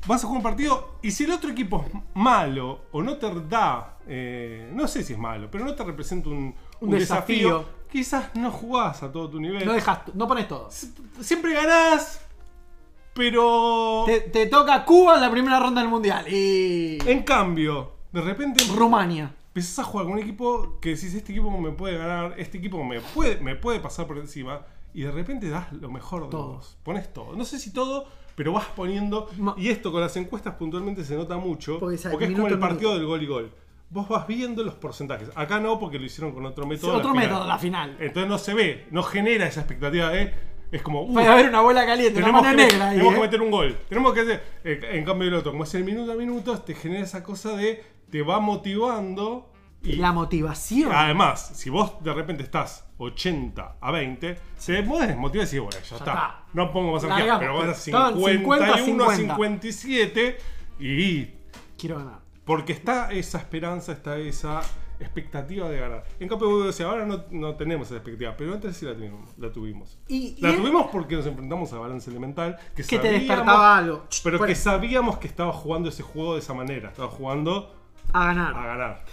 Speaker 7: vas a jugar un partido y si el otro equipo es malo o no te da, eh, no sé si es malo, pero no te representa un,
Speaker 11: Un
Speaker 7: un
Speaker 11: desafío.
Speaker 7: quizás no jugás a todo tu nivel.
Speaker 11: No dejas, no pones todo.
Speaker 7: Sie- Siempre ganás, pero...
Speaker 11: Te, te toca Cuba en la primera ronda del mundial. Y.
Speaker 7: En cambio, de repente...
Speaker 11: Rumania.
Speaker 7: empezás a jugar con un equipo que decís, este equipo me puede ganar, este equipo me puede, me puede pasar por encima, y de repente das lo mejor de
Speaker 11: Todo.
Speaker 7: vos. Pones todo. No sé si todo, pero vas poniendo.
Speaker 11: Ma-
Speaker 7: y esto con las encuestas puntualmente se nota mucho,
Speaker 11: Porque es al
Speaker 7: porque es
Speaker 11: minuto
Speaker 7: como el
Speaker 11: al
Speaker 7: partido
Speaker 11: minuto.
Speaker 7: del gol y gol. Vos vas viendo los porcentajes. Acá no, porque lo hicieron con otro método.
Speaker 11: otro
Speaker 7: la final.
Speaker 11: método, la final.
Speaker 7: Entonces no se ve, no genera esa expectativa de. Es como. "Uh,
Speaker 11: Va a haber una bola caliente, una
Speaker 7: tenemos
Speaker 11: mano
Speaker 7: que,
Speaker 11: negra ahí.
Speaker 7: tenemos que
Speaker 11: eh.
Speaker 7: meter un gol. Tenemos que hacer. eh, en cambio, el otro, como es el minuto a minuto, te genera esa cosa de. Te va motivando. Y Ah.
Speaker 11: La motivación.
Speaker 7: además, si vos de repente estás 80 a 20, se puede desmotivar y decir, bueno, ya, está.
Speaker 11: está.
Speaker 7: No pongo más energía.
Speaker 11: Largamos.
Speaker 7: Pero vas a
Speaker 11: Estaban 50 a
Speaker 7: 51 a
Speaker 11: 50.
Speaker 7: 57. Y
Speaker 11: Quiero ganar.
Speaker 7: porque está esa esperanza, está esa expectativa de ganar. En cambio, vos decís, ahora no, no tenemos esa expectativa, pero antes sí la tuvimos. La tuvimos,
Speaker 11: Y-
Speaker 7: la
Speaker 11: y-
Speaker 7: tuvimos porque nos enfrentamos a Balance Elemental,
Speaker 11: Que
Speaker 7: que,
Speaker 11: te
Speaker 7: sabíamos-
Speaker 11: despertaba algo.
Speaker 7: Pero
Speaker 11: Bueno.
Speaker 7: que sabíamos que estaba jugando ese juego de esa manera, estaba jugando
Speaker 11: A
Speaker 7: a
Speaker 11: ganar.
Speaker 7: ganar.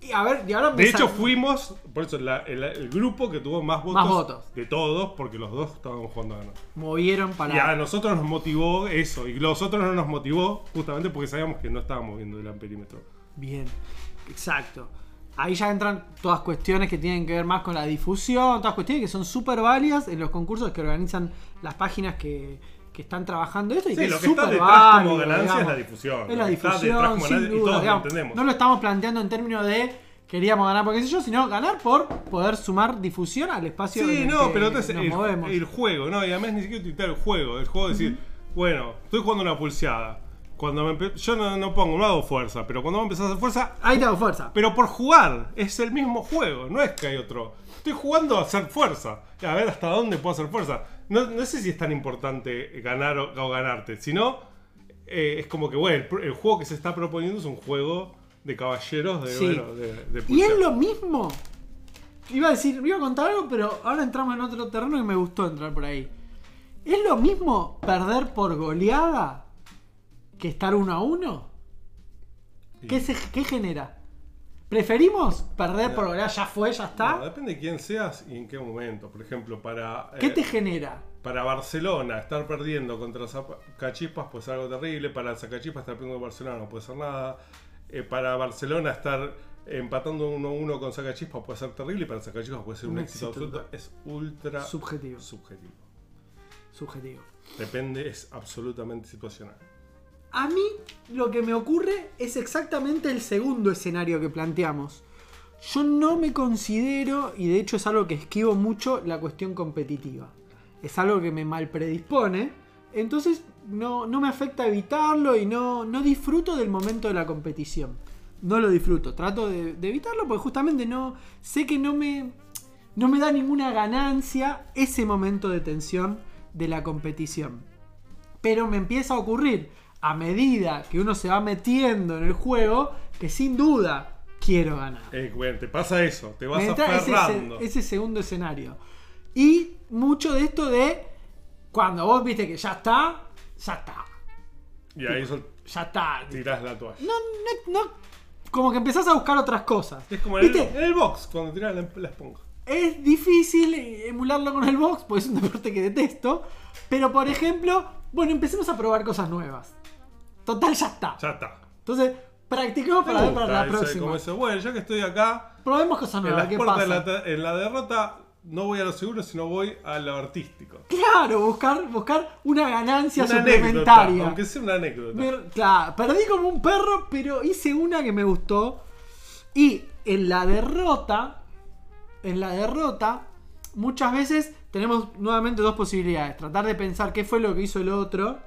Speaker 11: Y a ver, y ahora me
Speaker 7: De hecho,
Speaker 11: sal-
Speaker 7: fuimos, por eso, la- el, el grupo que tuvo más votos,
Speaker 11: Más votos.
Speaker 7: de todos, porque los dos estábamos jugando a ganar.
Speaker 11: movieron para.
Speaker 7: Y a nosotros nos motivó eso, y los otros no nos motivó justamente porque sabíamos que no estábamos viendo el amperímetro.
Speaker 11: Bien, exacto. Ahí ya entran todas cuestiones que tienen que ver más con la difusión, todas cuestiones que son súper válidas en los concursos que organizan las páginas que, que están trabajando esto. Y
Speaker 7: Sí,
Speaker 11: que
Speaker 7: lo
Speaker 11: es
Speaker 7: que está
Speaker 11: súper
Speaker 7: detrás como
Speaker 11: válido,
Speaker 7: ganancia es
Speaker 11: digamos.
Speaker 7: la difusión,
Speaker 11: Es
Speaker 7: lo
Speaker 11: la
Speaker 7: que está detrás
Speaker 11: difusión,
Speaker 7: como
Speaker 11: sin
Speaker 7: ganancia y
Speaker 11: duda,
Speaker 7: todos lo
Speaker 11: digamos.
Speaker 7: entendemos.
Speaker 11: No lo estamos planteando en términos de queríamos ganar porque sé yo, sino ganar por poder sumar difusión al espacio en
Speaker 7: Sí,
Speaker 11: el
Speaker 7: no,
Speaker 11: que
Speaker 7: pero entonces
Speaker 11: nos
Speaker 7: el,
Speaker 11: movemos.
Speaker 7: el juego, ¿no? Y además ni siquiera utilizar el juego. El juego es decir, bueno, estoy jugando una pulseada. Cuando me empe- yo no, no pongo, no hago fuerza, pero cuando vos empezás a hacer fuerza,
Speaker 11: Ahí te hago fuerza.
Speaker 7: pero por jugar, es el mismo juego, no es que hay otro. Estoy jugando a hacer fuerza, a ver hasta dónde puedo hacer fuerza. No, no sé si es tan importante ganar o, o ganarte, sino eh, es como que, bueno, el, pr- el juego que se está proponiendo es un juego de caballeros de,
Speaker 11: Sí.
Speaker 7: bueno, de, de
Speaker 11: Y
Speaker 7: pulsear.
Speaker 11: es lo mismo. Iba a decir, iba a contar algo, pero ahora entramos en otro terreno que me gustó entrar por ahí. ¿Es lo mismo perder por goleada que estar uno a uno? ¿Qué, se, qué genera? ¿Preferimos perder por goleada? Ya fue, ya
Speaker 7: No,
Speaker 11: está.
Speaker 7: depende de quién seas y en qué momento. Por ejemplo, para.
Speaker 11: ¿Qué
Speaker 7: eh,
Speaker 11: te genera?
Speaker 7: Para Barcelona, estar perdiendo contra Zacachispas puede ser algo terrible. Para Zacachispas, estar perdiendo con Barcelona no puede ser nada. Eh, para Barcelona, estar empatando 1-1 con Zacachispas puede ser terrible. Y para Zacachispas puede ser un,
Speaker 11: Un
Speaker 7: éxito,
Speaker 11: éxito
Speaker 7: absoluto. Es ultra
Speaker 11: Subjetivo.
Speaker 7: subjetivo.
Speaker 11: Subjetivo.
Speaker 7: Depende, es absolutamente situacional.
Speaker 11: A mí lo que me ocurre es exactamente el segundo escenario que planteamos. Yo no me considero, y de hecho es algo que esquivo mucho, la cuestión competitiva. Es algo que me mal predispone, entonces no, no me afecta evitarlo y no, no disfruto del momento de la competición. No lo disfruto, trato de, de evitarlo porque justamente no sé que no me, no me da ninguna ganancia ese momento de tensión de la competición. Pero me empieza a ocurrir a medida que uno se va metiendo en el juego que sin duda quiero ganar.
Speaker 7: Eh, bueno, te pasa eso, te vas
Speaker 11: Me entra ese,
Speaker 7: aferrando.
Speaker 11: se- ese segundo escenario. Y mucho de esto de cuando vos viste que ya está, ya está.
Speaker 7: y ahí sol-
Speaker 11: Ya está.
Speaker 7: tirás la toalla.
Speaker 11: No, no, no. Como que empezás a buscar otras cosas.
Speaker 7: Es como en el,
Speaker 11: ¿Viste?
Speaker 7: en el box, cuando tiras la, la esponja.
Speaker 11: Es difícil emularlo con el box, porque es un deporte que detesto. Pero por ejemplo, bueno, empecemos a probar cosas nuevas. Total, ya está.
Speaker 7: Ya está.
Speaker 11: Entonces, practiquemos para
Speaker 7: Me
Speaker 11: ver para
Speaker 7: gusta
Speaker 11: la
Speaker 7: eso de como
Speaker 11: próxima.
Speaker 7: eso. Bueno, ya que estoy acá,
Speaker 11: Probemos cosas
Speaker 7: en
Speaker 11: nuevas,
Speaker 7: las
Speaker 11: ¿qué
Speaker 7: puertas de
Speaker 11: pasa?
Speaker 7: la, ta- en la derrota, no voy a lo seguro, sino voy a lo artístico.
Speaker 11: Claro, buscar, buscar una ganancia
Speaker 7: Una anécdota,
Speaker 11: suplementaria.
Speaker 7: aunque sea una anécdota.
Speaker 11: Me- claro, perdí como un perro, pero hice una que me gustó. Y en la derrota, en la derrota, muchas veces tenemos nuevamente dos posibilidades. Tratar de pensar qué fue lo que hizo el otro,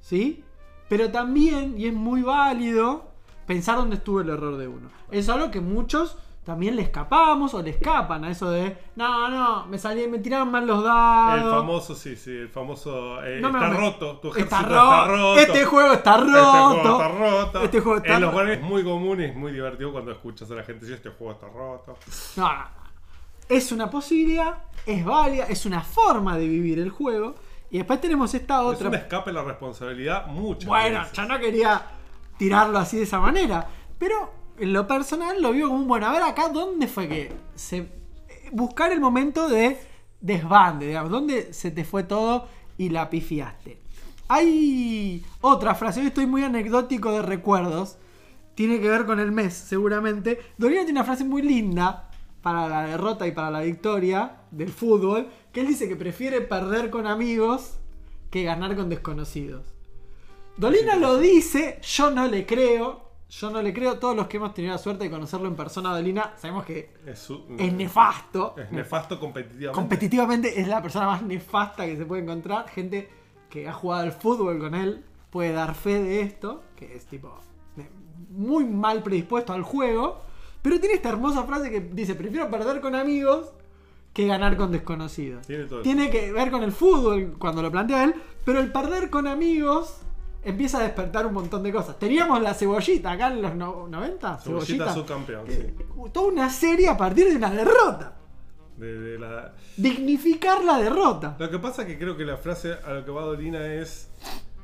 Speaker 11: ¿sí? Pero también, y es muy válido, pensar dónde estuvo el error de uno. Es algo que muchos también le escapamos o le escapan a eso de, no, no, me salí, me tiraron mal los dados.
Speaker 7: El famoso, sí, sí, el famoso. eh,
Speaker 11: ah, No me
Speaker 7: está
Speaker 11: ames.
Speaker 7: roto, tu ejército
Speaker 11: Está
Speaker 7: está,
Speaker 11: ro-
Speaker 7: roto.
Speaker 11: este juego está
Speaker 7: Este
Speaker 11: roto.
Speaker 7: juego está roto.
Speaker 11: Este juego está
Speaker 7: en los
Speaker 11: ro-
Speaker 7: juegos es muy común y es muy divertido cuando escuchas a la gente decir este juego está roto.
Speaker 11: No, no, no. Es una posibilidad, es válida, es una forma de vivir el juego. Y después tenemos esta
Speaker 7: Es un
Speaker 11: otra.
Speaker 7: escape a la responsabilidad muchas
Speaker 11: Bueno,
Speaker 7: veces.
Speaker 11: yo no quería tirarlo así de esa manera. Pero en lo personal lo vio como un bueno. A ver acá, ¿dónde fue que se. eh, Buscar el momento de desbande, digamos, dónde se te fue todo y la pifiaste. Hay otra frase, hoy estoy muy anecdótico de recuerdos. Tiene que ver con el mes, seguramente. Dorina tiene una frase muy linda para la derrota y para la victoria del fútbol, que él dice que prefiere perder con amigos que ganar con desconocidos. Dolina lo dice, yo no le creo. Yo no le creo. Todos los que hemos tenido la suerte de conocerlo en persona, Dolina, sabemos que
Speaker 7: Es, un-
Speaker 11: es nefasto.
Speaker 7: Mm. Es nefasto competitivamente.
Speaker 11: Competitivamente es la persona más nefasta que se puede encontrar. Gente que ha jugado al fútbol con él puede dar fe de esto, que es tipo de- muy mal predispuesto al juego. Pero tiene esta hermosa frase que dice, prefiero perder con amigos que ganar con desconocidos.
Speaker 7: Tiene todo el-
Speaker 11: Tiene que ver con el fútbol cuando lo plantea él, pero el perder con amigos empieza a despertar un montón de cosas. Teníamos la cebollita acá en los no- 90,
Speaker 7: Cebollita subcampeón,
Speaker 11: Eh.
Speaker 7: sí.
Speaker 11: Toda una serie a partir de una derrota.
Speaker 7: De- de la,
Speaker 11: Dignificar la derrota.
Speaker 7: Lo que pasa es que creo que la frase a lo que va Dolina es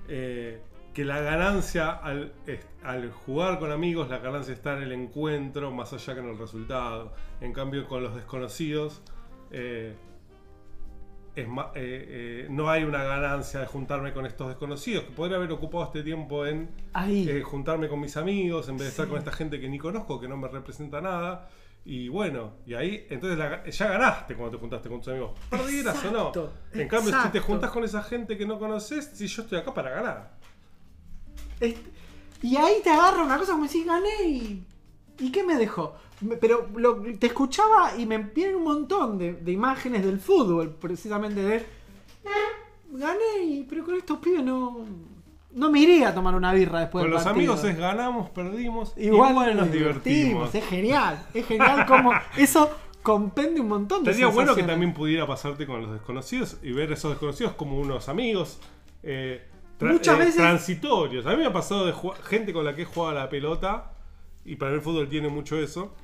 Speaker 7: eh, que la ganancia al, es- al jugar con amigos, la ganancia está en el encuentro más allá que en el resultado. En cambio, con los desconocidos, eh, es ma- eh, eh, no hay una ganancia de juntarme con estos desconocidos, que podría haber ocupado este tiempo en
Speaker 11: Ahí.
Speaker 7: eh, juntarme con mis amigos, en vez de estar
Speaker 11: Sí.
Speaker 7: con esta gente que ni conozco, que no me representa nada. Y bueno, y ahí, entonces la- ya ganaste cuando te juntaste con tus amigos. Perdieras o no.
Speaker 11: Exacto,
Speaker 7: En cambio, si te
Speaker 11: exacto.
Speaker 7: juntas con esa gente que no conoces, si yo estoy acá para ganar.
Speaker 11: Es- y ahí te agarra una cosa como decís, gané y. ¿Y qué me dejó? Me- Pero lo- te escuchaba y me vienen un montón de, de imágenes del fútbol, precisamente de. "Eh, Gané, y- pero con estos pibes no. No me iría a tomar una birra después del
Speaker 7: con los
Speaker 11: partido.
Speaker 7: amigos es ganamos, perdimos, igual,
Speaker 11: Igual,
Speaker 7: nos divertimos.
Speaker 11: Es genial, es genial como. Eso compende un montón de
Speaker 7: Estaría bueno que
Speaker 11: sensaciones.
Speaker 7: también pudiera pasarte con los desconocidos y ver esos desconocidos como unos amigos eh, tra-
Speaker 11: Muchas
Speaker 7: eh,
Speaker 11: veces-
Speaker 7: transitorios. A mí me ha pasado de jugar- gente con la que he jugado a la pelota, y para mí el fútbol tiene mucho eso.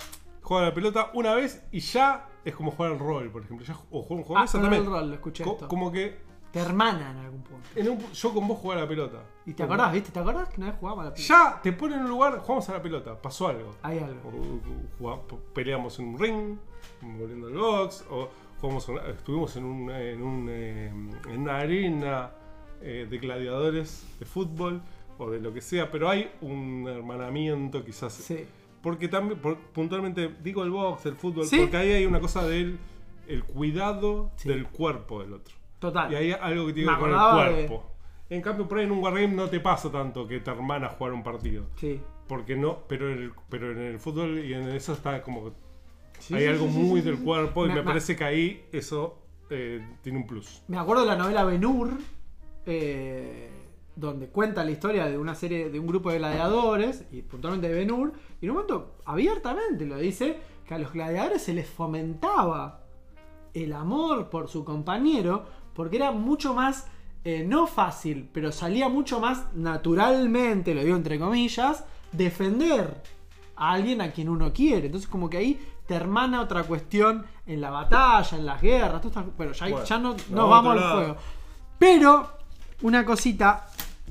Speaker 7: Juega a la pelota una vez y ya es como jugar al rol, por ejemplo. Ya, ju- o jugar un juego
Speaker 11: Ah,
Speaker 7: de mesa
Speaker 11: con
Speaker 7: también.
Speaker 11: el rol, lo escuché
Speaker 7: Co-
Speaker 11: esto.
Speaker 7: como que
Speaker 11: Te hermanan en algún punto.
Speaker 7: en un- yo con vos jugaba a la pelota.
Speaker 11: Y te acordás, ¿viste? ¿Te acordás que una vez jugábamos a la pelota?
Speaker 7: Ya te ponen en un lugar, jugamos a la pelota, pasó algo.
Speaker 11: Hay algo.
Speaker 7: O jugá- peleamos en un ring, volviendo al box, o jugamos en- estuvimos en, un, en, un, eh, en una arena eh, de gladiadores de fútbol o de lo que sea, pero hay un hermanamiento quizás.
Speaker 11: Sí.
Speaker 7: Porque también, por- puntualmente digo el box, el fútbol,
Speaker 11: Sí.
Speaker 7: porque ahí hay una cosa del el cuidado
Speaker 11: Sí.
Speaker 7: del cuerpo del otro.
Speaker 11: Total.
Speaker 7: Y hay algo que tiene
Speaker 11: Me
Speaker 7: que ver con el
Speaker 11: acordaba de-
Speaker 7: cuerpo. En cambio, por ahí en un wargame no te pasa tanto que te hermana jugar un partido.
Speaker 11: Sí.
Speaker 7: Porque no, pero, el- pero en el fútbol y en eso está como.
Speaker 11: Sí,
Speaker 7: hay
Speaker 11: sí,
Speaker 7: algo
Speaker 11: sí, sí,
Speaker 7: muy
Speaker 11: sí,
Speaker 7: del
Speaker 11: sí.
Speaker 7: cuerpo y
Speaker 11: Me-
Speaker 7: me,
Speaker 11: me-
Speaker 7: parece que ahí eso eh, tiene un plus.
Speaker 11: Me acuerdo de la novela Benur, eh, donde cuenta la historia de una serie, de un grupo de gladiadores, y puntualmente de Benur, y en un momento abiertamente lo dice, que a los gladiadores se les fomentaba el amor por su compañero, porque era mucho más, eh, no fácil, pero salía mucho más naturalmente, lo digo entre comillas, defender a alguien a quien uno quiere. Entonces como que ahí te hermana otra cuestión en la batalla, en las guerras, todas estas- bueno, ya,
Speaker 7: Bueno,
Speaker 11: ya no,
Speaker 7: no,
Speaker 11: nos vamos
Speaker 7: otro
Speaker 11: al
Speaker 7: lado.
Speaker 11: juego. Pero, una cosita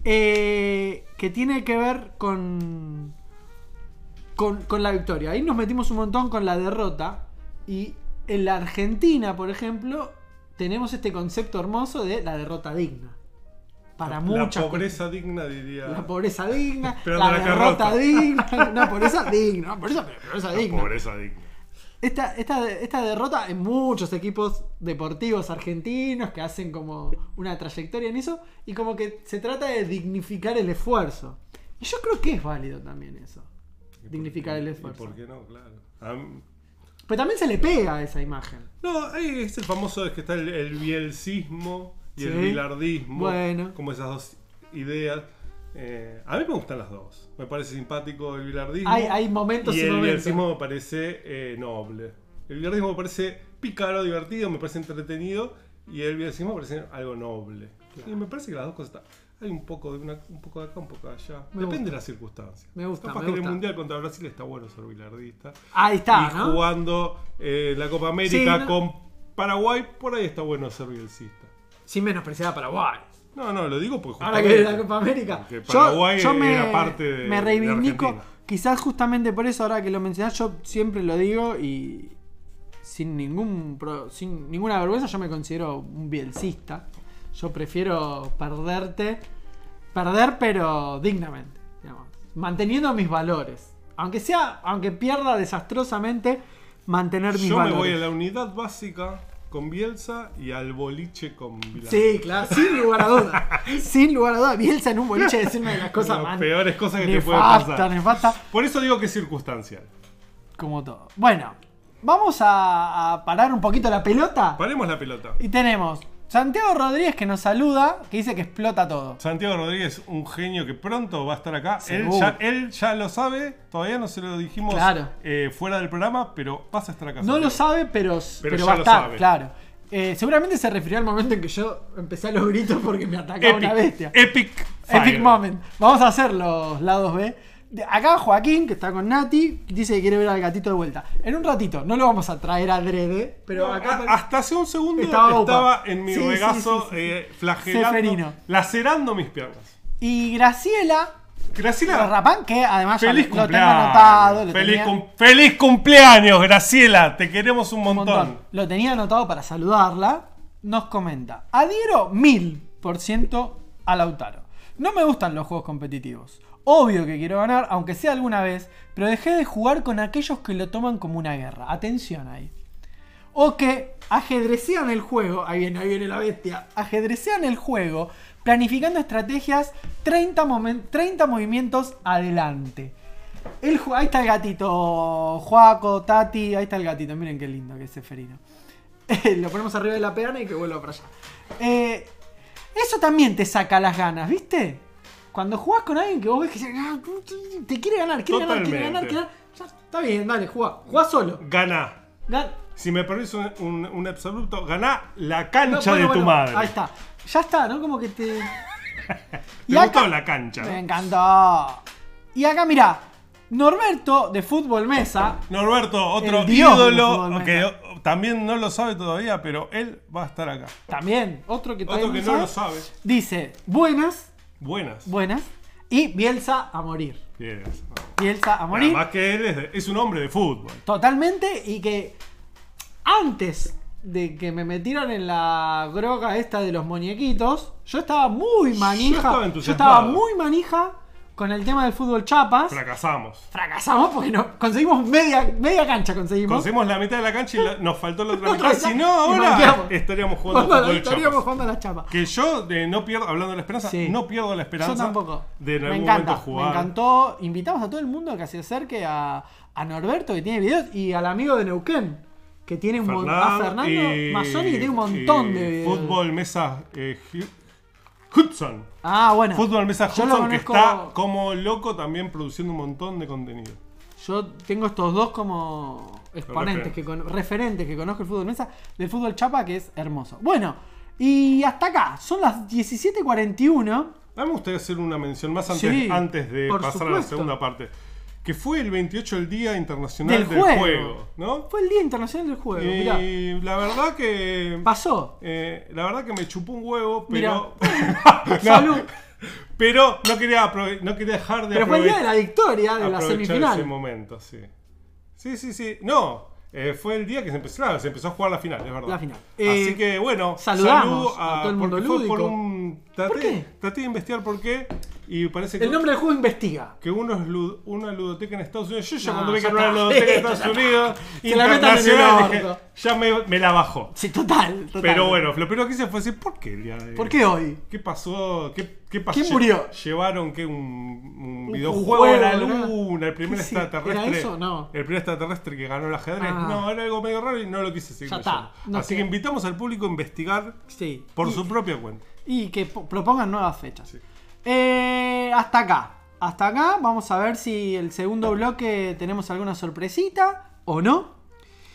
Speaker 11: eh, que tiene que ver con, con, con la victoria. Ahí nos metimos un montón con la derrota. Y en la Argentina, por ejemplo, tenemos este concepto hermoso de la derrota digna. Para
Speaker 7: la
Speaker 11: muchas
Speaker 7: pobreza digna, diría.
Speaker 11: la pobreza digna,
Speaker 7: Esperando
Speaker 11: la,
Speaker 7: la
Speaker 11: derrota
Speaker 7: carroza.
Speaker 11: digna, una pobreza digna, una pobreza, pero pobreza
Speaker 7: La
Speaker 11: digna.
Speaker 7: pobreza digna.
Speaker 11: Esta, esta, esta derrota en muchos equipos deportivos argentinos que hacen como una trayectoria en eso y como que se trata de dignificar el esfuerzo. Y yo creo que es válido también eso. Dignificar el
Speaker 7: ¿Y
Speaker 11: esfuerzo.
Speaker 7: por qué no? Claro. A mí-
Speaker 11: Pero también se le pega a esa imagen.
Speaker 7: No, ahí es el famoso es que está el, el bielcismo y el
Speaker 11: Sí.
Speaker 7: bilardismo.
Speaker 11: Bueno.
Speaker 7: Como esas dos ideas. Eh, a mí me gustan las dos. Me parece simpático el bilardismo.
Speaker 11: Hay, hay momentos
Speaker 7: y
Speaker 11: y
Speaker 7: el
Speaker 11: momentos.
Speaker 7: bilardismo me parece eh, noble. El bilardismo me parece pícaro, divertido, me parece entretenido. Y el bilardismo me parece algo noble. Y me parece que las dos cosas están. Hay un poco de una, un poco de acá, un poco de allá.
Speaker 11: Me
Speaker 7: Depende
Speaker 11: gusta.
Speaker 7: de las circunstancias.
Speaker 11: Me gusta,
Speaker 7: Capaz
Speaker 11: me
Speaker 7: que en
Speaker 11: gusta.
Speaker 7: el mundial contra Brasil está bueno ser bilardista
Speaker 11: Ahí está,
Speaker 7: y
Speaker 11: ¿no?
Speaker 7: jugando eh, la Copa América
Speaker 11: Sí, no-
Speaker 7: con Paraguay, por ahí está bueno ser bielcista.
Speaker 11: Sin menospreciar a Paraguay.
Speaker 7: No, no, lo digo porque
Speaker 11: Ahora que viene la Copa América.
Speaker 7: Porque Paraguay era parte de-
Speaker 11: me
Speaker 7: de
Speaker 11: reivindico.
Speaker 7: Argentina.
Speaker 11: Quizás justamente por eso, ahora que lo mencionás, yo siempre lo digo y sin ningún pro- sin ninguna vergüenza, yo me considero un bielcista. Yo prefiero perderte, perder pero dignamente, digamos. manteniendo mis valores. Aunque sea, aunque pierda desastrosamente, mantener mis
Speaker 7: Yo
Speaker 11: valores.
Speaker 7: me voy a la unidad básica con Bielsa y al boliche con Bilardo.
Speaker 11: Sí, claro, sin lugar a duda. sin lugar a duda, Bielsa en un boliche decirme las cosas
Speaker 7: Las
Speaker 11: más
Speaker 7: peores cosas que te puede
Speaker 11: nefasta,
Speaker 7: pasar.
Speaker 11: nefasta,
Speaker 7: Por eso digo que es circunstancial.
Speaker 11: como todo. Bueno, vamos a, a parar un poquito la pelota.
Speaker 7: Paremos la pelota.
Speaker 11: Y tenemos Santiago Rodríguez que nos saluda, que dice que explota todo.
Speaker 7: Santiago Rodríguez, un genio que pronto va a estar acá. Él
Speaker 11: Seguro.
Speaker 7: ya, él ya lo sabe, todavía no se lo dijimos
Speaker 11: Claro.
Speaker 7: eh, fuera del programa, pero vas a estar acá.
Speaker 11: No lo
Speaker 7: Santiago.
Speaker 11: sabe, pero, pero,
Speaker 7: ya
Speaker 11: va a
Speaker 7: lo
Speaker 11: estar,
Speaker 7: sabe.
Speaker 11: claro. Eh, seguramente se refirió al momento en que yo empecé a los gritos porque me atacaba una bestia.
Speaker 7: Epic.
Speaker 11: Epic
Speaker 7: fire.
Speaker 11: Moment. Vamos a hacer los lados B. De- Acá Joaquín, que está con Nati, dice que quiere ver al gatito de vuelta. En un ratito, no lo vamos a traer adrede, pero
Speaker 7: No,
Speaker 11: acá.
Speaker 7: a- hasta hace un segundo
Speaker 11: Estaba
Speaker 7: estaba,
Speaker 11: upa.
Speaker 7: en mi
Speaker 11: Sí, sí,
Speaker 7: regazo
Speaker 11: sí, sí.
Speaker 7: eh, flagelando,
Speaker 11: Ceferino.
Speaker 7: lacerando mis piernas.
Speaker 11: Y Graciela
Speaker 7: Graciela,
Speaker 11: Rapán, que además ya
Speaker 7: feliz
Speaker 11: lo tengo
Speaker 7: cumpleaños.
Speaker 11: anotado. Lo
Speaker 7: feliz,
Speaker 11: tenía,
Speaker 7: cum- feliz cumpleaños, Graciela. Te queremos un
Speaker 11: un
Speaker 7: montón.
Speaker 11: montón. Lo tenía anotado para saludarla. Nos comenta: Adhiero mil por ciento a Lautaro. No me gustan los juegos competitivos. Obvio que quiero ganar, aunque sea alguna vez, pero dejé de jugar con aquellos que lo toman como una guerra. Atención ahí. O que ajedrecean el juego. Ahí viene, ahí viene la bestia. Ajedrecean el juego planificando estrategias 30, momen- 30 movimientos adelante. El ju- ahí está el gatito. Juaco, Tati, ahí está el gatito. Miren qué lindo que es Seferino. Lo ponemos arriba de la peana y que vuelva para allá. Eh, eso también te saca las ganas, ¿viste? Cuando jugás con alguien que vos ves que dice, "Ah, te quiere ganar, quiere ganar, quiere ganar,
Speaker 7: Totalmente.
Speaker 11: quiere ganar. Ya, está bien, dale, jugá. Jugá solo.
Speaker 7: Ganá.
Speaker 11: Gan-
Speaker 7: Si me permites un, un- un absoluto, ganá la cancha
Speaker 11: No,
Speaker 7: de
Speaker 11: bueno, bueno,
Speaker 7: tu madre.
Speaker 11: Ahí está. Ya está, ¿no? Como que te.
Speaker 7: Te gustó la cancha.
Speaker 11: Me encantó. Y acá, mirá, Norberto de Fútbol Mesa.
Speaker 7: Norberto, otro
Speaker 11: El dios del
Speaker 7: ídolo
Speaker 11: fútbol
Speaker 7: que
Speaker 11: mexicano.
Speaker 7: o- también no lo sabe todavía, pero él va a estar acá.
Speaker 11: También, otro que todavía
Speaker 7: Otro que no lo sabe.
Speaker 11: Dice, buenas,
Speaker 7: Buenas.
Speaker 11: buenas. Y Bielsa a morir.
Speaker 7: Bien.
Speaker 11: Bielsa a morir.
Speaker 7: Además que él es, de- es un hombre de fútbol.
Speaker 11: Totalmente. Y que antes de que me metieran en la groga esta de los muñequitos, yo estaba muy manija.
Speaker 7: estaba
Speaker 11: yo
Speaker 7: entusiasmado.
Speaker 11: estaba muy manija con el tema del fútbol chapas.
Speaker 7: Fracasamos.
Speaker 11: Fracasamos porque no, conseguimos media, media cancha. Conseguimos.
Speaker 7: Conseguimos la mitad de la cancha y la- nos faltó la otra
Speaker 11: Otra
Speaker 7: mitad.
Speaker 11: mitad.
Speaker 7: Si no,
Speaker 11: Y
Speaker 7: ahora
Speaker 11: manqueamos.
Speaker 7: estaríamos jugando
Speaker 11: Cuando la
Speaker 7: fútbol
Speaker 11: estaríamos
Speaker 7: chapas.
Speaker 11: jugando a la chapa.
Speaker 7: Que yo eh, no pierdo, hablando de la esperanza, no pierdo la esperanza
Speaker 11: Yo tampoco.
Speaker 7: de en
Speaker 11: me
Speaker 7: algún
Speaker 11: encanta,
Speaker 7: momento jugar.
Speaker 11: me encantó. Invitamos a todo el mundo que se acerque a, a Norberto, que tiene videos, y al amigo de Neuquén, que tiene un mon- a Fernando
Speaker 7: y-
Speaker 11: Mazzoni, que tiene un montón
Speaker 7: y
Speaker 11: de videos.
Speaker 7: Fútbol Mesa eh, Hu- Hudson.
Speaker 11: Ah, bueno.
Speaker 7: Fútbol Mesa
Speaker 11: Yo lo
Speaker 7: Hudson, que
Speaker 11: conozco-
Speaker 7: está como loco también produciendo un montón de contenido.
Speaker 11: Yo tengo estos dos como exponentes,
Speaker 7: Referentes.
Speaker 11: que con- referentes que conozco el fútbol mesa, del fútbol chapa, que es hermoso. Bueno, y hasta acá, son las 17.41.
Speaker 7: A mí Ah, me gustaría hacer una mención más antes,
Speaker 11: Sí,
Speaker 7: antes de
Speaker 11: por
Speaker 7: pasar a la
Speaker 11: supuesto.
Speaker 7: segunda parte. Que fue el 28 el Día Internacional
Speaker 11: Del
Speaker 7: del,
Speaker 11: juego.
Speaker 7: juego. ¿no?
Speaker 11: Fue el Día Internacional del Juego,
Speaker 7: Y
Speaker 11: mirá.
Speaker 7: la verdad que. Eh,
Speaker 11: Pasó.
Speaker 7: la verdad que me chupó un huevo, pero. No,
Speaker 11: Salud.
Speaker 7: Pero no quería, aprove- no quería dejar de
Speaker 11: Pero fue el día de
Speaker 7: aprove-
Speaker 11: la victoria de la
Speaker 7: aprovechar
Speaker 11: semifinal.
Speaker 7: ese momento, sí. Sí, sí, sí. No, eh, fue el día que se empezó, claro, se empezó a jugar la final, es verdad.
Speaker 11: La final.
Speaker 7: Así
Speaker 11: Eh,
Speaker 7: que bueno,
Speaker 11: saludamos
Speaker 7: salud
Speaker 11: a todo el mundo
Speaker 7: porque Fue por
Speaker 11: lúdico.
Speaker 7: un, traté,
Speaker 11: qué?
Speaker 7: traté de investigar por qué y parece que
Speaker 11: El nombre del juego investiga.
Speaker 7: que uno es lud- una ludoteca en Estados Unidos. Yo ya
Speaker 11: No,
Speaker 7: cuando vi que
Speaker 11: ya
Speaker 7: era una
Speaker 11: está.
Speaker 7: ludoteca en
Speaker 11: Ya
Speaker 7: Estados
Speaker 11: está.
Speaker 7: Unidos,
Speaker 11: Se la metan en el
Speaker 7: internacional, dije,
Speaker 11: orto.
Speaker 7: ya me, me la bajó.
Speaker 11: Sí, total, total.
Speaker 7: Pero bueno, lo primero que hice fue decir, ¿por qué el día de
Speaker 11: ¿Por qué hoy?
Speaker 7: ¿Qué pasó? ¿Qué, qué pasó?
Speaker 11: ¿Quién murió?
Speaker 7: ¿Llevaron que un, un
Speaker 11: Un
Speaker 7: videojuego a la
Speaker 11: juego, ¿no?
Speaker 7: luna? El primer
Speaker 11: ¿Qué sí?
Speaker 7: extraterrestre.
Speaker 11: ¿Era eso? No.
Speaker 7: El primer extraterrestre que ganó el ajedrez.
Speaker 11: Ah.
Speaker 7: No, era algo medio raro y no lo quise seguir.
Speaker 11: Ya está.
Speaker 7: leyendo.
Speaker 11: No
Speaker 7: Así
Speaker 11: sé.
Speaker 7: que invitamos al público a investigar
Speaker 11: Sí.
Speaker 7: por
Speaker 11: Y-
Speaker 7: su propia cuenta.
Speaker 11: Y que po- propongan nuevas fechas. Eh, hasta acá. Hasta acá. Vamos a ver si el segundo bloque tenemos alguna sorpresita o no.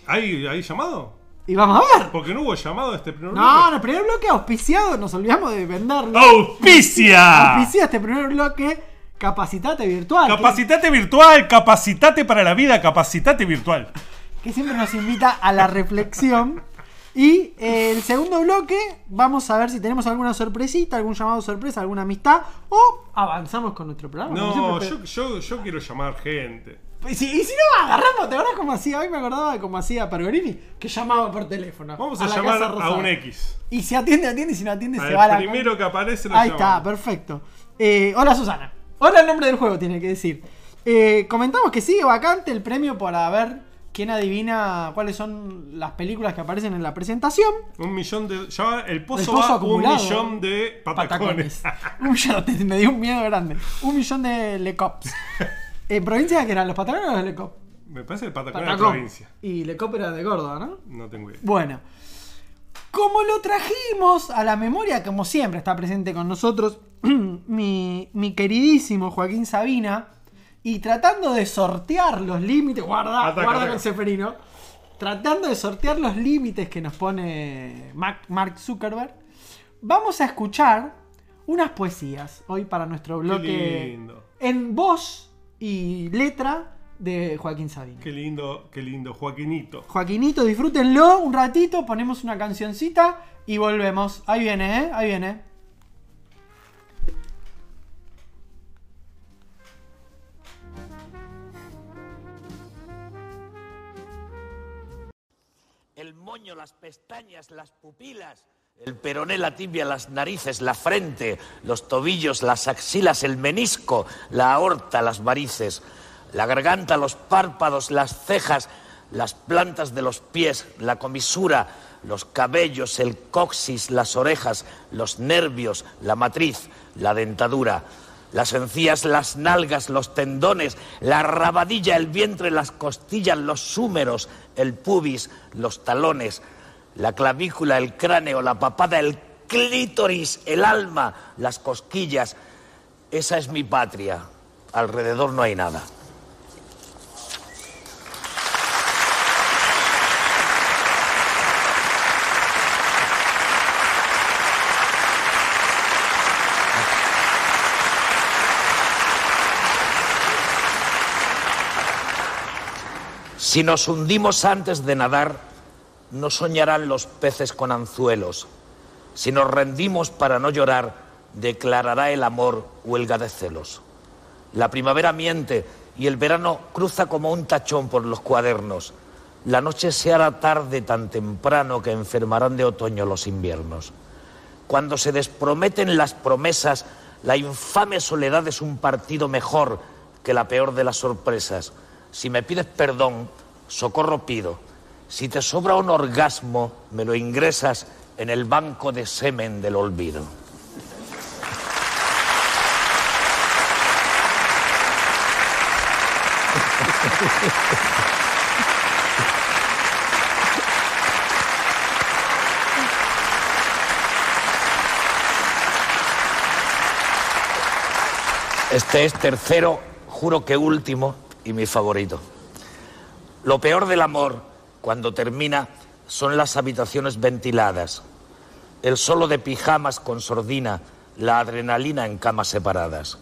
Speaker 7: ¿Hay, hay llamado?
Speaker 11: Y vamos a ver.
Speaker 7: Porque no hubo llamado a este primer
Speaker 11: No, no, el primer bloque auspiciado. Nos olvidamos de venderlo.
Speaker 7: ¡Auspicia!
Speaker 11: Auspicia este primer bloque. Capacitate virtual. que-
Speaker 7: Capacitate virtual, capacitate para la vida, capacitate virtual.
Speaker 11: que siempre nos invita a la reflexión. Y eh, el segundo bloque, vamos a ver si tenemos alguna sorpresita, algún llamado sorpresa, alguna amistad, o avanzamos con nuestro programa. como
Speaker 7: No,
Speaker 11: Ah, siempre,
Speaker 7: yo, yo, yo quiero llamar gente.
Speaker 11: pero- y si, y si no, agarramos, ¿te acuerdas cómo hacía? Hoy me acordaba de cómo hacía Pergolini, que llamaba por teléfono.
Speaker 7: Vamos a,
Speaker 11: la
Speaker 7: llamar
Speaker 11: Casa
Speaker 7: a
Speaker 11: Rosada.
Speaker 7: un X.
Speaker 11: Y si atiende, atiende, y si no atiende, se va a
Speaker 7: Al
Speaker 11: la...
Speaker 7: primero que aparece lo
Speaker 11: Ahí está,
Speaker 7: llamamos.
Speaker 11: perfecto. Eh, hola Susana. Hola el nombre del juego, tiene que decir. Eh, comentamos que sigue vacante el premio para ver quién adivina cuáles son las películas que aparecen en la presentación.
Speaker 7: Un millón de. Ya el pozo,
Speaker 11: pozo
Speaker 7: va
Speaker 11: acumulado.
Speaker 7: un millón de patacones.
Speaker 11: Un millón, te- me dio un miedo grande. Un millón de Lecops. ¿En provincia que eran los patacones o los Lecops?
Speaker 7: Me parece el patacón de la
Speaker 11: Patacón.
Speaker 7: provincia.
Speaker 11: Y Lecop era de Gordo, ¿no?
Speaker 7: No tengo idea.
Speaker 11: Bueno, como lo trajimos a la memoria, como siempre está presente con nosotros mi, mi queridísimo Joaquín Sabina, y tratando de sortear los límites, guarda,
Speaker 7: Ataca,
Speaker 11: guarda
Speaker 7: ataca.
Speaker 11: con Seferino, tratando de sortear los límites que nos pone Mac- Mark Zuckerberg, vamos a escuchar unas poesías hoy para nuestro
Speaker 7: Qué
Speaker 11: bloque
Speaker 7: lindo.
Speaker 11: en voz y letra de Joaquín Sabina.
Speaker 7: Qué lindo, qué lindo. Joaquinito.
Speaker 11: Joaquinito, disfrútenlo un ratito, ponemos una cancioncita y volvemos. Ahí viene, ¿eh? Ahí viene.
Speaker 12: el moño, las pestañas, las pupilas, el peroné, la tibia, las narices, la frente, los tobillos, las axilas, el menisco, la aorta, las varices, la garganta, los párpados, las cejas, las plantas de los pies, la comisura, los cabellos, el coxis, las orejas, los nervios, la matriz, la dentadura. Las encías, las nalgas, los tendones, la rabadilla, el vientre, las costillas, los húmeros, el pubis, los talones, la clavícula, el cráneo, la papada, el clítoris, el alma, las cosquillas. Esa es mi patria. Alrededor no hay nada. Si nos hundimos antes de nadar, no soñarán los peces con anzuelos. Si nos rendimos para no llorar, declarará el amor huelga de celos. La primavera miente y el verano cruza como un tachón por los cuadernos. La noche se hará tarde tan temprano que enfermarán de otoño los inviernos. Cuando se desprometen las promesas, La infame soledad es un partido mejor que la peor de las sorpresas. Si me pides perdón, socorro pido. Si te sobra un orgasmo, me lo ingresas en el banco de semen del olvido. Este es tercero, juro que último y mi favorito. Lo peor del amor, cuando termina, son las habitaciones ventiladas, el solo de pijamas con sordina, la adrenalina en camas separadas.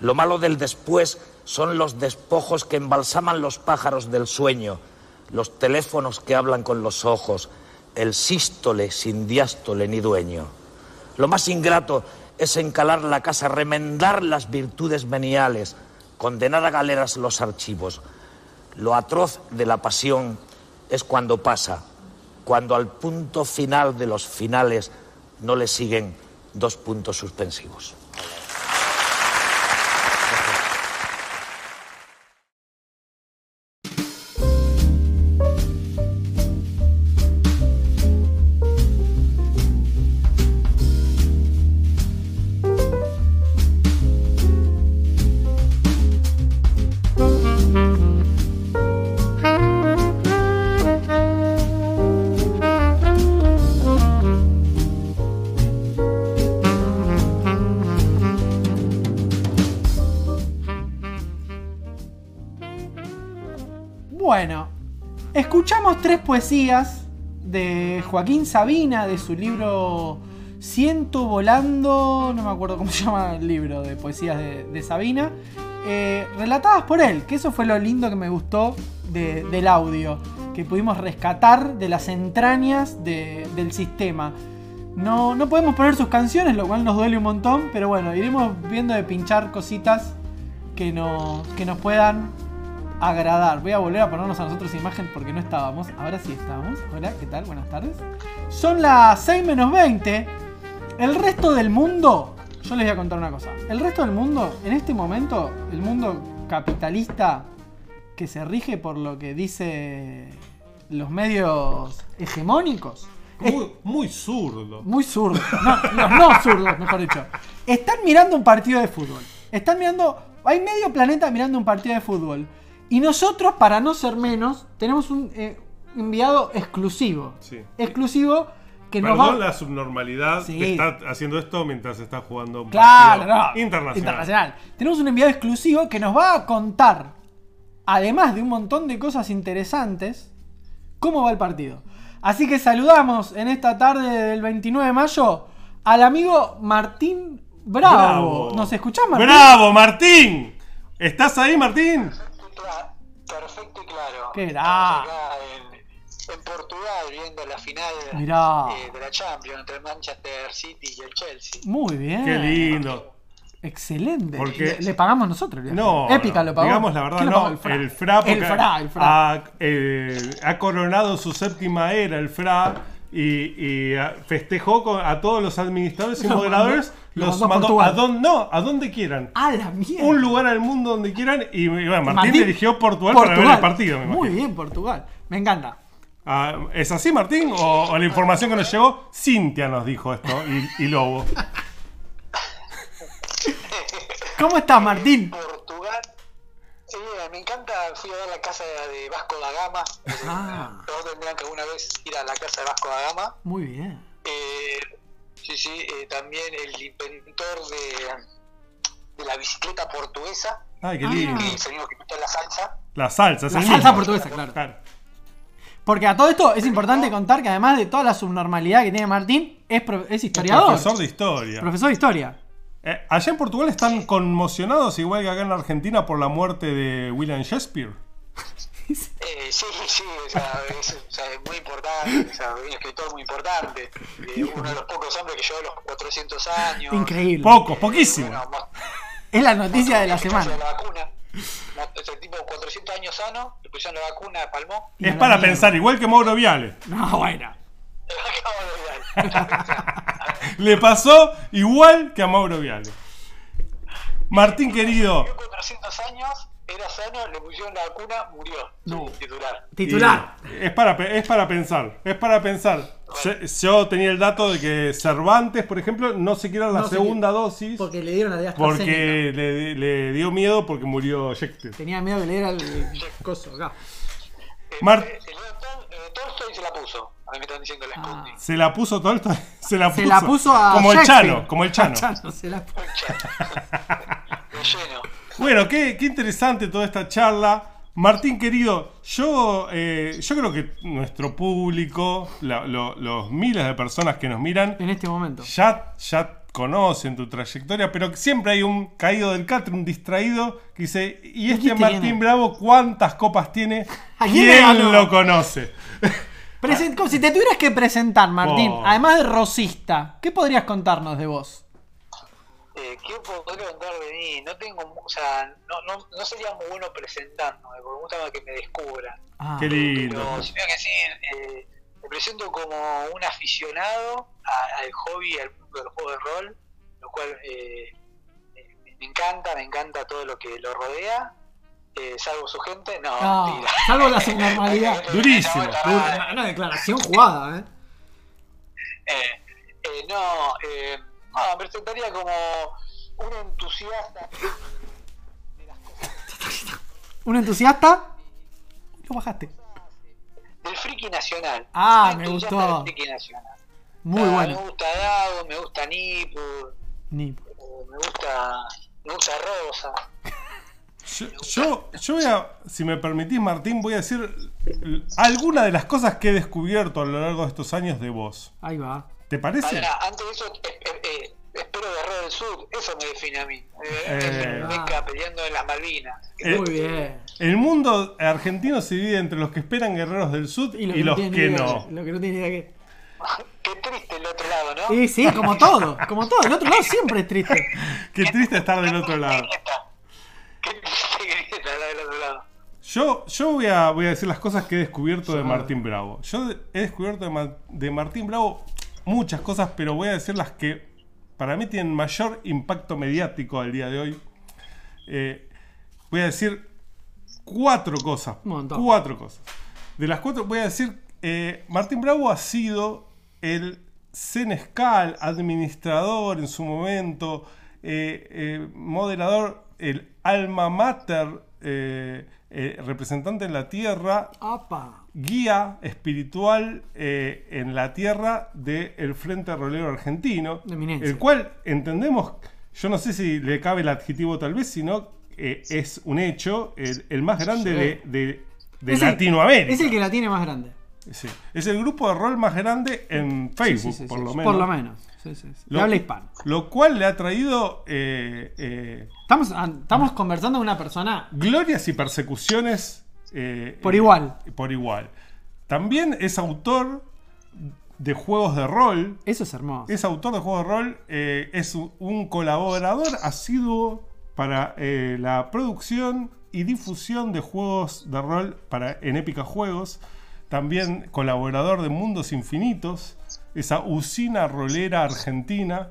Speaker 12: Lo malo del después son los despojos que embalsaman los pájaros del sueño, los teléfonos que hablan con los ojos, el sístole sin diástole ni dueño. Lo más ingrato es encalar la casa, remendar las virtudes veniales, condenar a galeras los archivos. Lo atroz de la pasión es cuando pasa, cuando al punto final de los finales no le siguen dos puntos suspensivos.
Speaker 11: Bueno, escuchamos tres poesías de Joaquín Sabina, de su libro Siento Volando, no me acuerdo cómo se llama el libro de poesías de, de Sabina, eh, relatadas por él, que eso fue lo lindo que me gustó de- del audio, que pudimos rescatar de las entrañas de- del sistema. No, no podemos poner sus canciones, lo cual nos duele un montón, pero bueno, iremos viendo de pinchar cositas que nos, que nos puedan agradar. Voy a volver a ponernos a nosotros imagen porque no estábamos. Ahora sí estábamos. Hola, ¿qué tal? Buenas tardes. Son las 6 menos 20. El resto del mundo. Yo les voy a contar una cosa. El resto del mundo, en este momento, el mundo capitalista que se rige por lo que dice los medios hegemónicos.
Speaker 7: Muy, muy zurdo.
Speaker 11: Eh. Muy zurdo. No, los no zurdos, mejor dicho. Están mirando un partido de fútbol. Están mirando. Hay medio planeta mirando un partido de fútbol. Y nosotros, para no ser menos, tenemos un eh, enviado exclusivo.
Speaker 7: Sí.
Speaker 11: Exclusivo que
Speaker 7: Perdón
Speaker 11: nos va.
Speaker 7: la subnormalidad
Speaker 11: Sí.
Speaker 7: que está haciendo esto mientras está jugando un
Speaker 11: Claro,
Speaker 7: partido
Speaker 11: no.
Speaker 7: internacional.
Speaker 11: Tenemos un enviado exclusivo que nos va a contar, además de un montón de cosas interesantes, cómo va el partido. Así que saludamos en esta tarde del 29 de mayo al amigo Martín Bravo.
Speaker 7: Bravo.
Speaker 11: ¿Nos escuchás, Martín?
Speaker 7: ¡Bravo, Martín! ¿Estás ahí, Martín?
Speaker 11: ¡Qué era!
Speaker 13: Portugal viendo la final
Speaker 11: Mirá.
Speaker 13: eh, de la Champions entre el Manchester City y el Chelsea.
Speaker 11: Muy bien.
Speaker 7: Qué lindo.
Speaker 11: Excelente.
Speaker 7: Porque-
Speaker 11: Le, le pagamos nosotros. el viaje.
Speaker 7: No,
Speaker 11: Épica
Speaker 7: no,
Speaker 11: lo pagó.
Speaker 7: Digamos la verdad,
Speaker 11: ¿Quién lo
Speaker 7: no.
Speaker 11: pagó? El Fra.
Speaker 7: El Fra, porque
Speaker 11: El Fra, el Fra.
Speaker 7: Ha, eh, ha coronado su séptima era, el Fra, y, y, ah, festejó con- a todos los administradores y
Speaker 11: Los
Speaker 7: moderadores.
Speaker 11: mandó- los
Speaker 7: Los
Speaker 11: mandó a
Speaker 7: mandó
Speaker 11: Portugal.
Speaker 7: a donde, no, a donde quieran.
Speaker 11: A la mierda.
Speaker 7: Un lugar al mundo donde quieran. Y bueno, Martín, dirigió Portugal, para ver el partido. me
Speaker 11: Muy bien, Portugal. Me encanta.
Speaker 7: Ah, ¿Es así, Martín? ¿O, o la información que nos llegó? Cintia nos dijo esto y, y Lobo.
Speaker 11: ¿Cómo estás, Martín?
Speaker 13: Eh, Sí, eh, me encanta, fui a ver la casa de Vasco da Gama. Eh,
Speaker 11: Ah,
Speaker 13: Todos tendrían que alguna vez ir a la casa de Vasco da Gama.
Speaker 11: muy bien.
Speaker 13: Eh, sí, sí, eh, también el inventor de, de la bicicleta portuguesa,
Speaker 7: Ay, qué
Speaker 11: Ah.
Speaker 7: lindo.
Speaker 13: que es el mismo que inventó la salsa.
Speaker 7: La salsa, es
Speaker 11: La
Speaker 7: el
Speaker 11: salsa
Speaker 7: mismo.
Speaker 11: portuguesa, claro. Porque a todo esto es importante contar que además de toda la subnormalidad que tiene Martín, es, pro- es historiador.
Speaker 7: Profesor de historia.
Speaker 11: Profesor de historia.
Speaker 7: Eh, allá en Portugal están conmocionados, igual que acá en la Argentina, por la muerte de William Shakespeare.
Speaker 13: Eh, sí, sí, o sea, es, o sea, es muy importante, o sea, un escritor muy importante. eh, uno de los pocos hombres que llevó los 400 años.
Speaker 11: Increíble.
Speaker 7: Pocos, poquísimo.
Speaker 11: Es la noticia de la semana.
Speaker 13: La vacuna. Mo- Ese tipo 400 años sano, le pusieron la vacuna, palmó.
Speaker 7: Es para pensar, igual que Mauro Viale.
Speaker 11: No, bueno.
Speaker 7: Le pasó igual que a Mauro Viale. Martín querido.
Speaker 12: 400 años, era sano, le pusieron la vacuna, murió.
Speaker 7: No.
Speaker 12: Titular.
Speaker 11: Titular.
Speaker 7: Y es, para, pe- es para pensar. Es para pensar. Yo, yo tenía el dato de que Cervantes, por ejemplo, no se quiere la
Speaker 11: No se
Speaker 7: segunda dosis
Speaker 11: Porque le dieron la de AstraZeneca.
Speaker 7: porque le, le dio miedo porque murió Shakespeare.
Speaker 11: Tenía miedo que le diera el, el coso acá.
Speaker 12: Eh,
Speaker 7: Mar-
Speaker 12: Tolstoy eh, se la puso. A mí me están diciendo la Sputnik.
Speaker 7: se la puso Tolstoy. Se la puso,
Speaker 11: Ah. Se la puso a
Speaker 7: como el
Speaker 11: Shakespeare.
Speaker 7: Chano, como el Chano.
Speaker 11: A Chano se la puso.
Speaker 7: Bueno, qué, qué interesante toda esta charla. Martín, querido, yo, eh, yo creo que nuestro público, la- lo- los miles de personas que nos miran,
Speaker 11: en este momento,
Speaker 7: ya, ya conocen tu trayectoria, pero siempre hay un caído del catre, un distraído, que dice, ¿y este
Speaker 11: tiene?
Speaker 7: Martín Bravo cuántas copas tiene?
Speaker 11: ¿A quién le
Speaker 7: ¿Quién
Speaker 11: ganó?
Speaker 7: lo conoce?
Speaker 11: Presen- como si te tuvieras que presentar, Martín,
Speaker 7: Oh.
Speaker 11: además de rosista, ¿qué podrías contarnos de vos?
Speaker 12: Eh, ¿Qué podría contar de mí? No tengo. mu- O sea, no, no, no sería muy bueno presentándome, porque me gusta más que me descubran.
Speaker 11: Ah.
Speaker 7: Qué lindo.
Speaker 12: Pero si tengo que decir, eh, me presento como un aficionado a- al hobby, al mundo del juego de rol, lo cual eh, eh, me encanta, me encanta todo lo que lo rodea, eh, salvo su gente, no,
Speaker 11: Ah,
Speaker 12: mentira.
Speaker 11: salvo la subnormalidad.
Speaker 7: Durísimo.
Speaker 11: Una, una declaración jugada, ¿eh?
Speaker 12: Eh, eh, no, eh, no, me presentaría como un entusiasta
Speaker 11: ¿Un entusiasta? Lo bajaste.
Speaker 12: del friki nacional.
Speaker 11: Ah,
Speaker 12: Un
Speaker 11: me
Speaker 12: entusiasta
Speaker 11: gustó.
Speaker 12: del friki nacional.
Speaker 11: Muy
Speaker 12: Ah,
Speaker 11: bueno.
Speaker 12: Me gusta Dado, me gusta Nipu,
Speaker 11: Ni-
Speaker 12: eh, me gusta, me gusta Rosa.
Speaker 7: Yo, yo, yo voy a, si me permitís, Martín, voy a decir l- alguna de las cosas que he descubierto a lo largo de estos años de vos.
Speaker 11: Ahí va.
Speaker 7: ¿Te parece?
Speaker 12: Pará, antes de eso, eh, eh, eh, espero de Red del Sur, eso me define a mí. Eh,
Speaker 7: Eh.
Speaker 12: es el Meca peleando en las Malvinas.
Speaker 7: Eh,
Speaker 11: Muy bien.
Speaker 7: El mundo argentino se divide entre los que esperan guerreros del sur y los, que,
Speaker 11: tienen ni idea-
Speaker 7: no.
Speaker 11: Lo que no tiene ni idea que.
Speaker 12: Qué triste el otro lado, ¿no?
Speaker 11: Sí, sí, como todo. Como todo. El otro lado siempre es triste.
Speaker 7: Qué triste estar del otro lado.
Speaker 12: Qué triste que está la del otro lado.
Speaker 7: Yo, yo voy, a, voy a decir las cosas que he descubierto de Martín Bravo. Yo de- he descubierto de, Ma- de Martín Bravo muchas cosas, pero voy a decir las que para mí tienen mayor impacto mediático al día de hoy. Eh, voy a decir cuatro cosas.
Speaker 11: Un montón.
Speaker 7: Cuatro cosas. De las cuatro voy a decir, eh, Martín Bravo ha sido el senescal, administrador en su momento, eh, eh, moderador, el alma mater, eh, eh, representante en la tierra,
Speaker 11: Apa.
Speaker 7: guía espiritual eh, en la tierra del Frente Rolero Argentino,
Speaker 11: Eminencia.
Speaker 7: el cual entendemos, yo no sé si le cabe el adjetivo tal vez, sino eh, es un hecho, el, el más grande de, de- de
Speaker 11: Es el-
Speaker 7: Latinoamérica.
Speaker 11: Es el que la tiene más grande.
Speaker 7: Sí. Es el grupo de rol más grande en
Speaker 11: Sí,
Speaker 7: Facebook,
Speaker 11: sí,
Speaker 7: por,
Speaker 11: sí,
Speaker 7: lo
Speaker 11: sí.
Speaker 7: menos.
Speaker 11: Por lo menos. Sí, sí, sí.
Speaker 7: Lo-
Speaker 11: Le habla hispano.
Speaker 7: Lo cual le ha traído eh, eh,
Speaker 11: Estamos, estamos conversando con una persona.
Speaker 7: glorias y persecuciones eh,
Speaker 11: Por
Speaker 7: eh,
Speaker 11: igual.
Speaker 7: por igual. También es autor de juegos de rol.
Speaker 11: Eso es hermoso.
Speaker 7: Es autor de juegos de rol. eh, es un- un colaborador asiduo para eh, la producción y difusión de juegos de rol para, en Épica Juegos. También colaborador de Mundos Infinitos. Esa usina rolera argentina.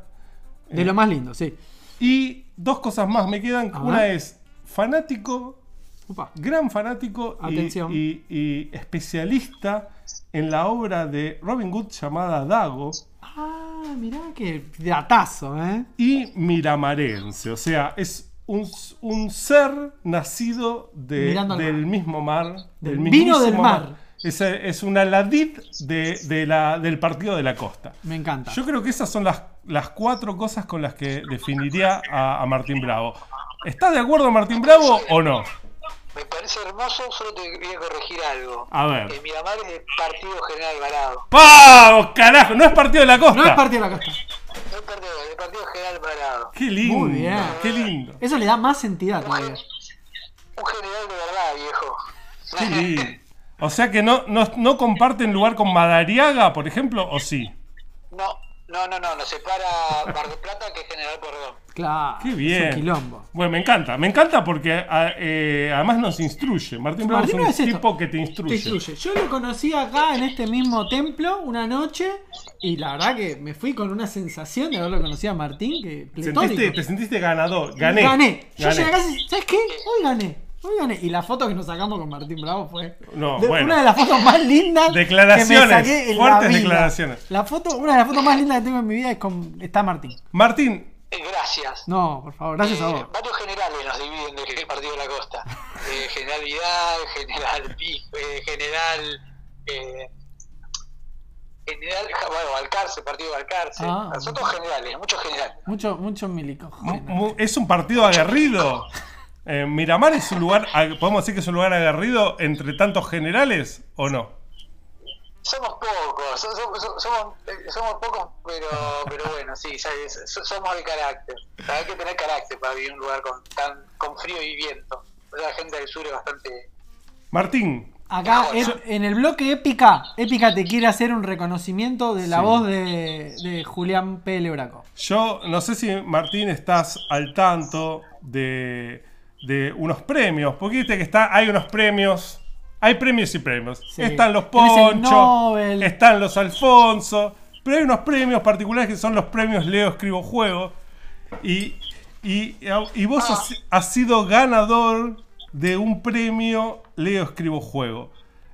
Speaker 11: De lo más lindo, sí.
Speaker 7: Y dos cosas más me quedan.
Speaker 11: A
Speaker 7: Una
Speaker 11: ver.
Speaker 7: es fanático
Speaker 11: Upa.
Speaker 7: gran fanático y-
Speaker 11: Atención.
Speaker 7: Y, y especialista en la obra de Robin Hood llamada Dago
Speaker 11: Ah, mirá que datazo, ¿eh?
Speaker 7: y Miramarense. O sea, es un, un ser nacido de-
Speaker 11: Mirando al
Speaker 7: del mismo mar. Del
Speaker 11: Del vino del
Speaker 7: mismísimo
Speaker 11: mar.
Speaker 7: Es, es un aladid de, de la- del partido de la costa.
Speaker 11: Me encanta.
Speaker 7: Yo creo que esas son las, las cuatro cosas con las que definiría a, a Martín Bravo. ¿Estás de acuerdo, Martín Bravo, o no?
Speaker 12: Me parece hermoso, solo te voy a corregir algo.
Speaker 7: A ver.
Speaker 12: Eh, Miramar es de Partido General Alvarado.
Speaker 7: ¡Vamos, carajo! No es partido de la costa.
Speaker 11: No es partido de la costa.
Speaker 12: No es partido, es Partido General Alvarado.
Speaker 7: Qué lindo.
Speaker 11: Muy bien.
Speaker 7: Qué lindo.
Speaker 11: Eso le da más entidad todavía.
Speaker 12: Un general de verdad, viejo.
Speaker 7: Qué lindo. O sea que no, no, no comparten lugar con Madariaga, por ejemplo, o sí.
Speaker 12: No, No, no, no, nos separa Mar del Plata que es General Perdón.
Speaker 11: Claro.
Speaker 7: Qué bien.
Speaker 11: Es un quilombo.
Speaker 7: Bueno, me encanta, me encanta porque a- eh, además nos instruye. Martín Blanco es
Speaker 11: Martín
Speaker 7: un
Speaker 11: Blanco es esto.
Speaker 7: tipo que te instruye.
Speaker 11: Te instruye. Yo lo conocí acá en este mismo templo una noche y la verdad que me fui con una sensación de haberlo conocido a Martín que pletórico.
Speaker 7: Sentiste- te sentiste ganador, gané.
Speaker 11: Gané. Yo
Speaker 7: Gané.
Speaker 11: llegué acá y, ¿sabes qué? Hoy gané. Hoy gané. Y la foto que nos sacamos con Martín Bravo fue
Speaker 7: No,
Speaker 11: de-
Speaker 7: bueno.
Speaker 11: una de las fotos más lindas
Speaker 7: Declaraciones,
Speaker 11: que me saqué en
Speaker 7: fuertes
Speaker 11: la vida.
Speaker 7: declaraciones.
Speaker 11: La foto, una de las fotos más lindas que tengo en mi vida es con está Martín.
Speaker 7: Martín.
Speaker 12: Eh, Gracias. Eh,
Speaker 11: No, por favor, gracias a vos.
Speaker 12: Varios generales nos dividen de qué partido de la costa. Eh, general Vidal, general Pife, general. eh, general. ja, Bueno, Balcarce, partido de Balcarce.
Speaker 11: Ah.
Speaker 12: Son todos generales, muchos generales.
Speaker 11: Mucho, mucho milico.
Speaker 7: Mu- Es un partido aguerrido. Eh, Miramar es un lugar, ag- podemos decir que es un lugar aguerrido entre tantos generales o no.
Speaker 12: Somos pocos, so- so- so- somos, eh, somos pocos, pero, pero bueno, sí, sabes, so- somos de carácter. Hay que tener carácter para vivir en un lugar con, tan, con frío y viento. O sea, la gente del sur es bastante.
Speaker 7: Martín.
Speaker 11: Acá ep- en el bloque Épica, Épica te quiere hacer un reconocimiento de la
Speaker 7: Sí.
Speaker 11: voz de, de Julián P. Lebraco.
Speaker 7: Yo no sé si Martín estás al tanto de, de unos premios, porque viste que está, hay unos premios, hay premios y premios.
Speaker 11: Sí.
Speaker 7: Están los
Speaker 11: Tenés el
Speaker 7: Poncho,
Speaker 11: Nobel.
Speaker 7: están los Alfonso, pero hay unos premios particulares que son los premios Leo Escribo Juego. Y, y, y vos has, has sido ganador de un premio Leo Escribo Juego.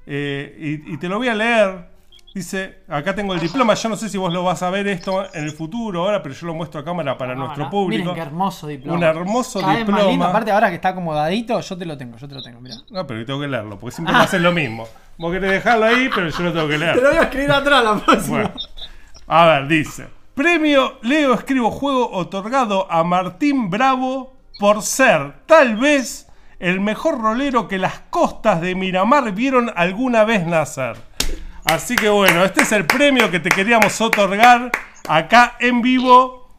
Speaker 7: Eh, y, y te lo voy a leer. Dice, acá tengo el diploma, yo no sé si vos lo vas a ver esto en el futuro ahora, pero yo lo muestro a cámara
Speaker 11: Ah,
Speaker 7: para nuestro
Speaker 11: Ahora,
Speaker 7: público.
Speaker 11: Miren qué hermoso diploma.
Speaker 7: Un hermoso
Speaker 11: Cada vez más
Speaker 7: diploma.
Speaker 11: lindo, Aparte, ahora que está acomodadito, yo te lo tengo, yo te lo tengo, mirá.
Speaker 7: No, pero tengo que leerlo, porque siempre
Speaker 11: Ah.
Speaker 7: me hacen lo mismo. Vos querés dejarlo ahí, pero yo lo tengo que leer.
Speaker 11: Te lo voy a escribir atrás la próxima.
Speaker 7: Bueno, a ver, dice. Premio Leo Escribo Juego otorgado a Martín Bravo por ser, tal vez, el mejor rolero que las costas de Miramar vieron alguna vez nacer. Así que bueno, este es el premio que te queríamos otorgar acá en vivo,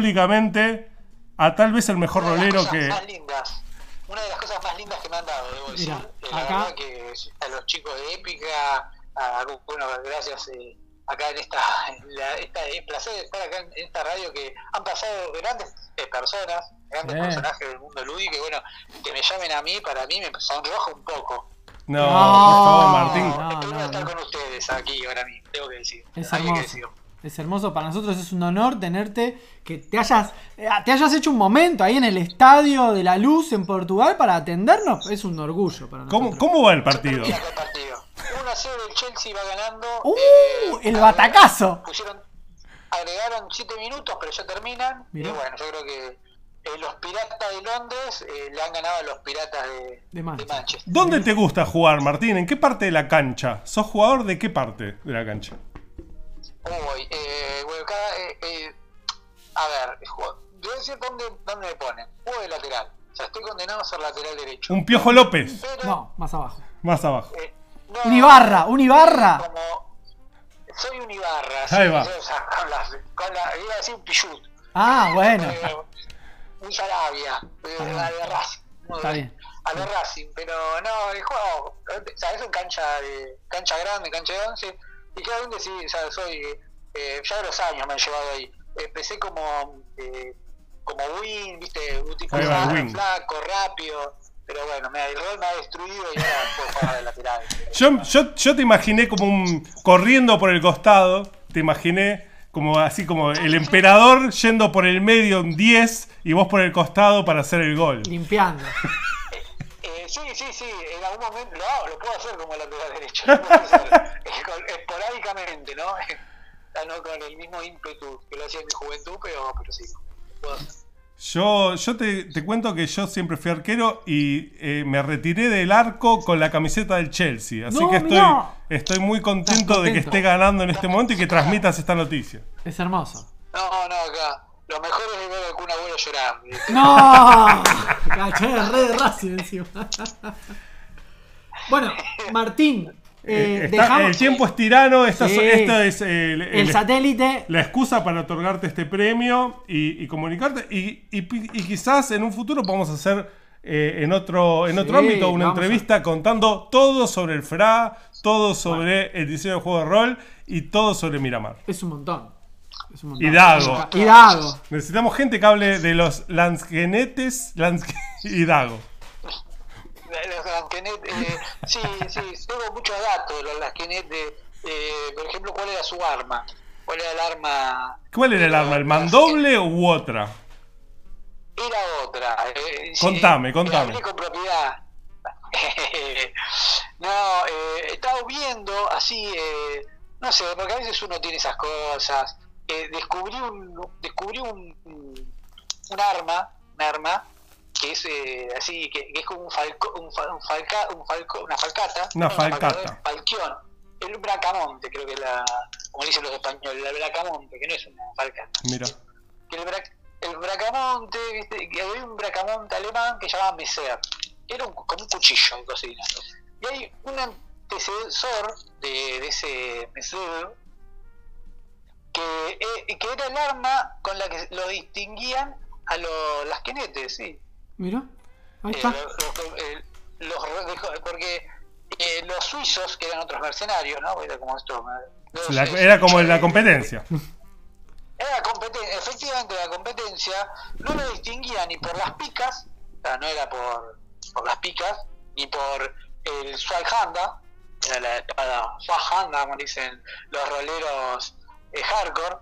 Speaker 7: públicamente, a tal vez el mejor
Speaker 12: Una de las
Speaker 7: rolero
Speaker 12: cosas
Speaker 7: que...
Speaker 12: más lindas, una de las cosas más lindas que me han dado, debo decir.
Speaker 11: Mira,
Speaker 12: Eh, la
Speaker 11: acá-
Speaker 12: verdad que a los chicos de Épica, a- bueno, gracias eh, acá en esta, en la- esta- el placer de estar acá en, en esta radio que han pasado grandes eh, personas, grandes
Speaker 7: Sí.
Speaker 12: personajes del mundo lúdico, que bueno, que me llamen a mí, para mí me sonroja un poco.
Speaker 7: No, por favor, Martín.
Speaker 12: Estoy estar con ustedes aquí ahora mismo, tengo que decir.
Speaker 11: Ah, Es
Speaker 12: Hay que
Speaker 11: hermoso.
Speaker 12: decirlo.
Speaker 11: Es hermoso, para nosotros es un honor tenerte, que te hayas, eh, te hayas hecho un momento ahí en el Estadio de la Luz en Portugal para atendernos, es un orgullo para nosotros.
Speaker 7: ¿Cómo, cómo va el partido?
Speaker 12: Mira qué partido. 1 a 0 el Chelsea va ganando.
Speaker 11: ¡Uh!
Speaker 12: eh,
Speaker 11: El batacazo.
Speaker 12: Pusieron, agregaron 7 minutos, pero ya terminan.
Speaker 11: Mirá.
Speaker 12: Y bueno, yo creo que eh, los piratas de Londres eh, le han ganado a los piratas de,
Speaker 11: De Manchester.
Speaker 12: de Manchester.
Speaker 7: ¿Dónde te gusta jugar, Martín? ¿En qué parte de la cancha? ¿Sos jugador de qué parte de la cancha?
Speaker 12: Uy, eh, bueno, cada, eh, eh, a ver, juego- debo decir dónde, dónde me ponen. Juego de lateral. O sea, estoy condenado a ser lateral derecho.
Speaker 7: Un Piojo López,
Speaker 12: Pero
Speaker 11: No, más abajo.
Speaker 7: más abajo.
Speaker 12: Eh, no,
Speaker 11: Un Ibarra, un Ibarra.
Speaker 12: como soy un Ibarra.
Speaker 7: Ahí va.
Speaker 12: o sea, con la, con la- iba a decir un Pichut.
Speaker 11: Ah, bueno.
Speaker 12: Eh, un Sarabia, eh,
Speaker 11: Está bien.
Speaker 12: a de Racing.
Speaker 11: Ah. Está bien.
Speaker 12: A de Racing, pero no, el juego, o sea, eso en cancha, de, cancha grande, cancha de 11. Y claramente sí, o sea, soy, eh, ya de los años me han llevado ahí. Empecé como, eh, como win, viste, un tipo
Speaker 7: Ahí va,
Speaker 12: raro,
Speaker 7: wing.
Speaker 12: flaco, rápido. Pero bueno, me, el rol me ha destruido y ahora puedo jugar de lateral.
Speaker 7: Yo, yo- yo te imaginé como un. corriendo por el costado. Te imaginé como así como el emperador yendo por el medio en 10 y vos por el costado para hacer el gol.
Speaker 11: Limpiando.
Speaker 12: Eh, sí, sí, sí, en algún momento lo hago, lo puedo hacer como lateral derecho, lo puedo hacer, eh, con- esporádicamente, ¿no? Ah, no con el mismo ímpetu que lo hacía en mi juventud, pero, pero sí, lo puedo hacer.
Speaker 7: Yo, yo te, te cuento que yo siempre fui arquero y eh, me retiré del arco con la camiseta del Chelsea. Así
Speaker 11: No,
Speaker 7: que estoy,
Speaker 11: mirá.
Speaker 7: estoy muy contento,
Speaker 11: Estás
Speaker 7: de que
Speaker 11: contento.
Speaker 7: esté ganando en este momento y que transmitas esta noticia.
Speaker 11: Es hermoso.
Speaker 12: No, no, acá, lo mejor es ver a algún abuelo llorar. ¿viste?
Speaker 11: ¡No! Caché re de Racing encima. Bueno, Martín, eh,
Speaker 7: Eh, está-
Speaker 11: dejamos
Speaker 7: el tiempo es tirano, esta,
Speaker 11: Sí.
Speaker 7: esta es eh, el-
Speaker 11: el
Speaker 7: el-
Speaker 11: satélite.
Speaker 7: la excusa para otorgarte este premio y, y comunicarte. Y, y pi- y quizás en un futuro podamos hacer eh, en otro, en
Speaker 11: Sí,
Speaker 7: otro ámbito una
Speaker 11: vamos a-
Speaker 7: entrevista contando todo sobre el FRA, todo sobre el diseño de juego de rol y todo sobre Miramar.
Speaker 11: Es un montón. Es un montón.
Speaker 7: Y Dago.
Speaker 11: Y Dago.
Speaker 7: Necesitamos gente que hable de los Lansgenetes Lansg- y Dago.
Speaker 12: La- Los Lanquenet, eh, sí, sí, tengo muchos datos de los Lanquenet, de, eh, por ejemplo, cuál era su arma, cuál era el arma,
Speaker 7: ¿Cuál era el arma? ¿El mandoble u otra?
Speaker 12: era otra. eh, sí,
Speaker 7: Contame,
Speaker 12: la
Speaker 7: contame.
Speaker 12: hablé con propiedad. no, eh, he estado viendo así, eh, no sé, porque a veces uno tiene esas cosas. Eh, descubrí un, descubrí un, un arma, un arma que es eh, así, que, que es como un falco, un, fa- un falca, un falco, una falcata,
Speaker 7: Una
Speaker 12: no,
Speaker 7: falcata.
Speaker 12: falquión, el bracamonte, creo que es la, como dicen los españoles, el bracamonte, que no es una falcata
Speaker 7: Mira.
Speaker 12: que el, brac- el bracamonte, ¿viste? que había un bracamonte alemán que se llamaba Messer. Era un- como un cuchillo de cocina. Y hay un antecesor de, de ese Messer que, eh, que era el arma con la que lo distinguían a los las quenetes, sí.
Speaker 11: Mira, ahí
Speaker 12: Eh,
Speaker 11: está.
Speaker 12: lo- lo- eh, los re- dejó- porque eh, los suizos, que eran otros mercenarios, ¿no? Era como estos, eh,
Speaker 7: La-
Speaker 12: los-
Speaker 7: era como la competencia.
Speaker 12: era competen- efectivamente la competencia no lo distinguía ni por las picas, o sea, no era por, por las picas, ni por el Swalhanda, era la espada Swalhanda, como dicen los roleros eh, hardcore,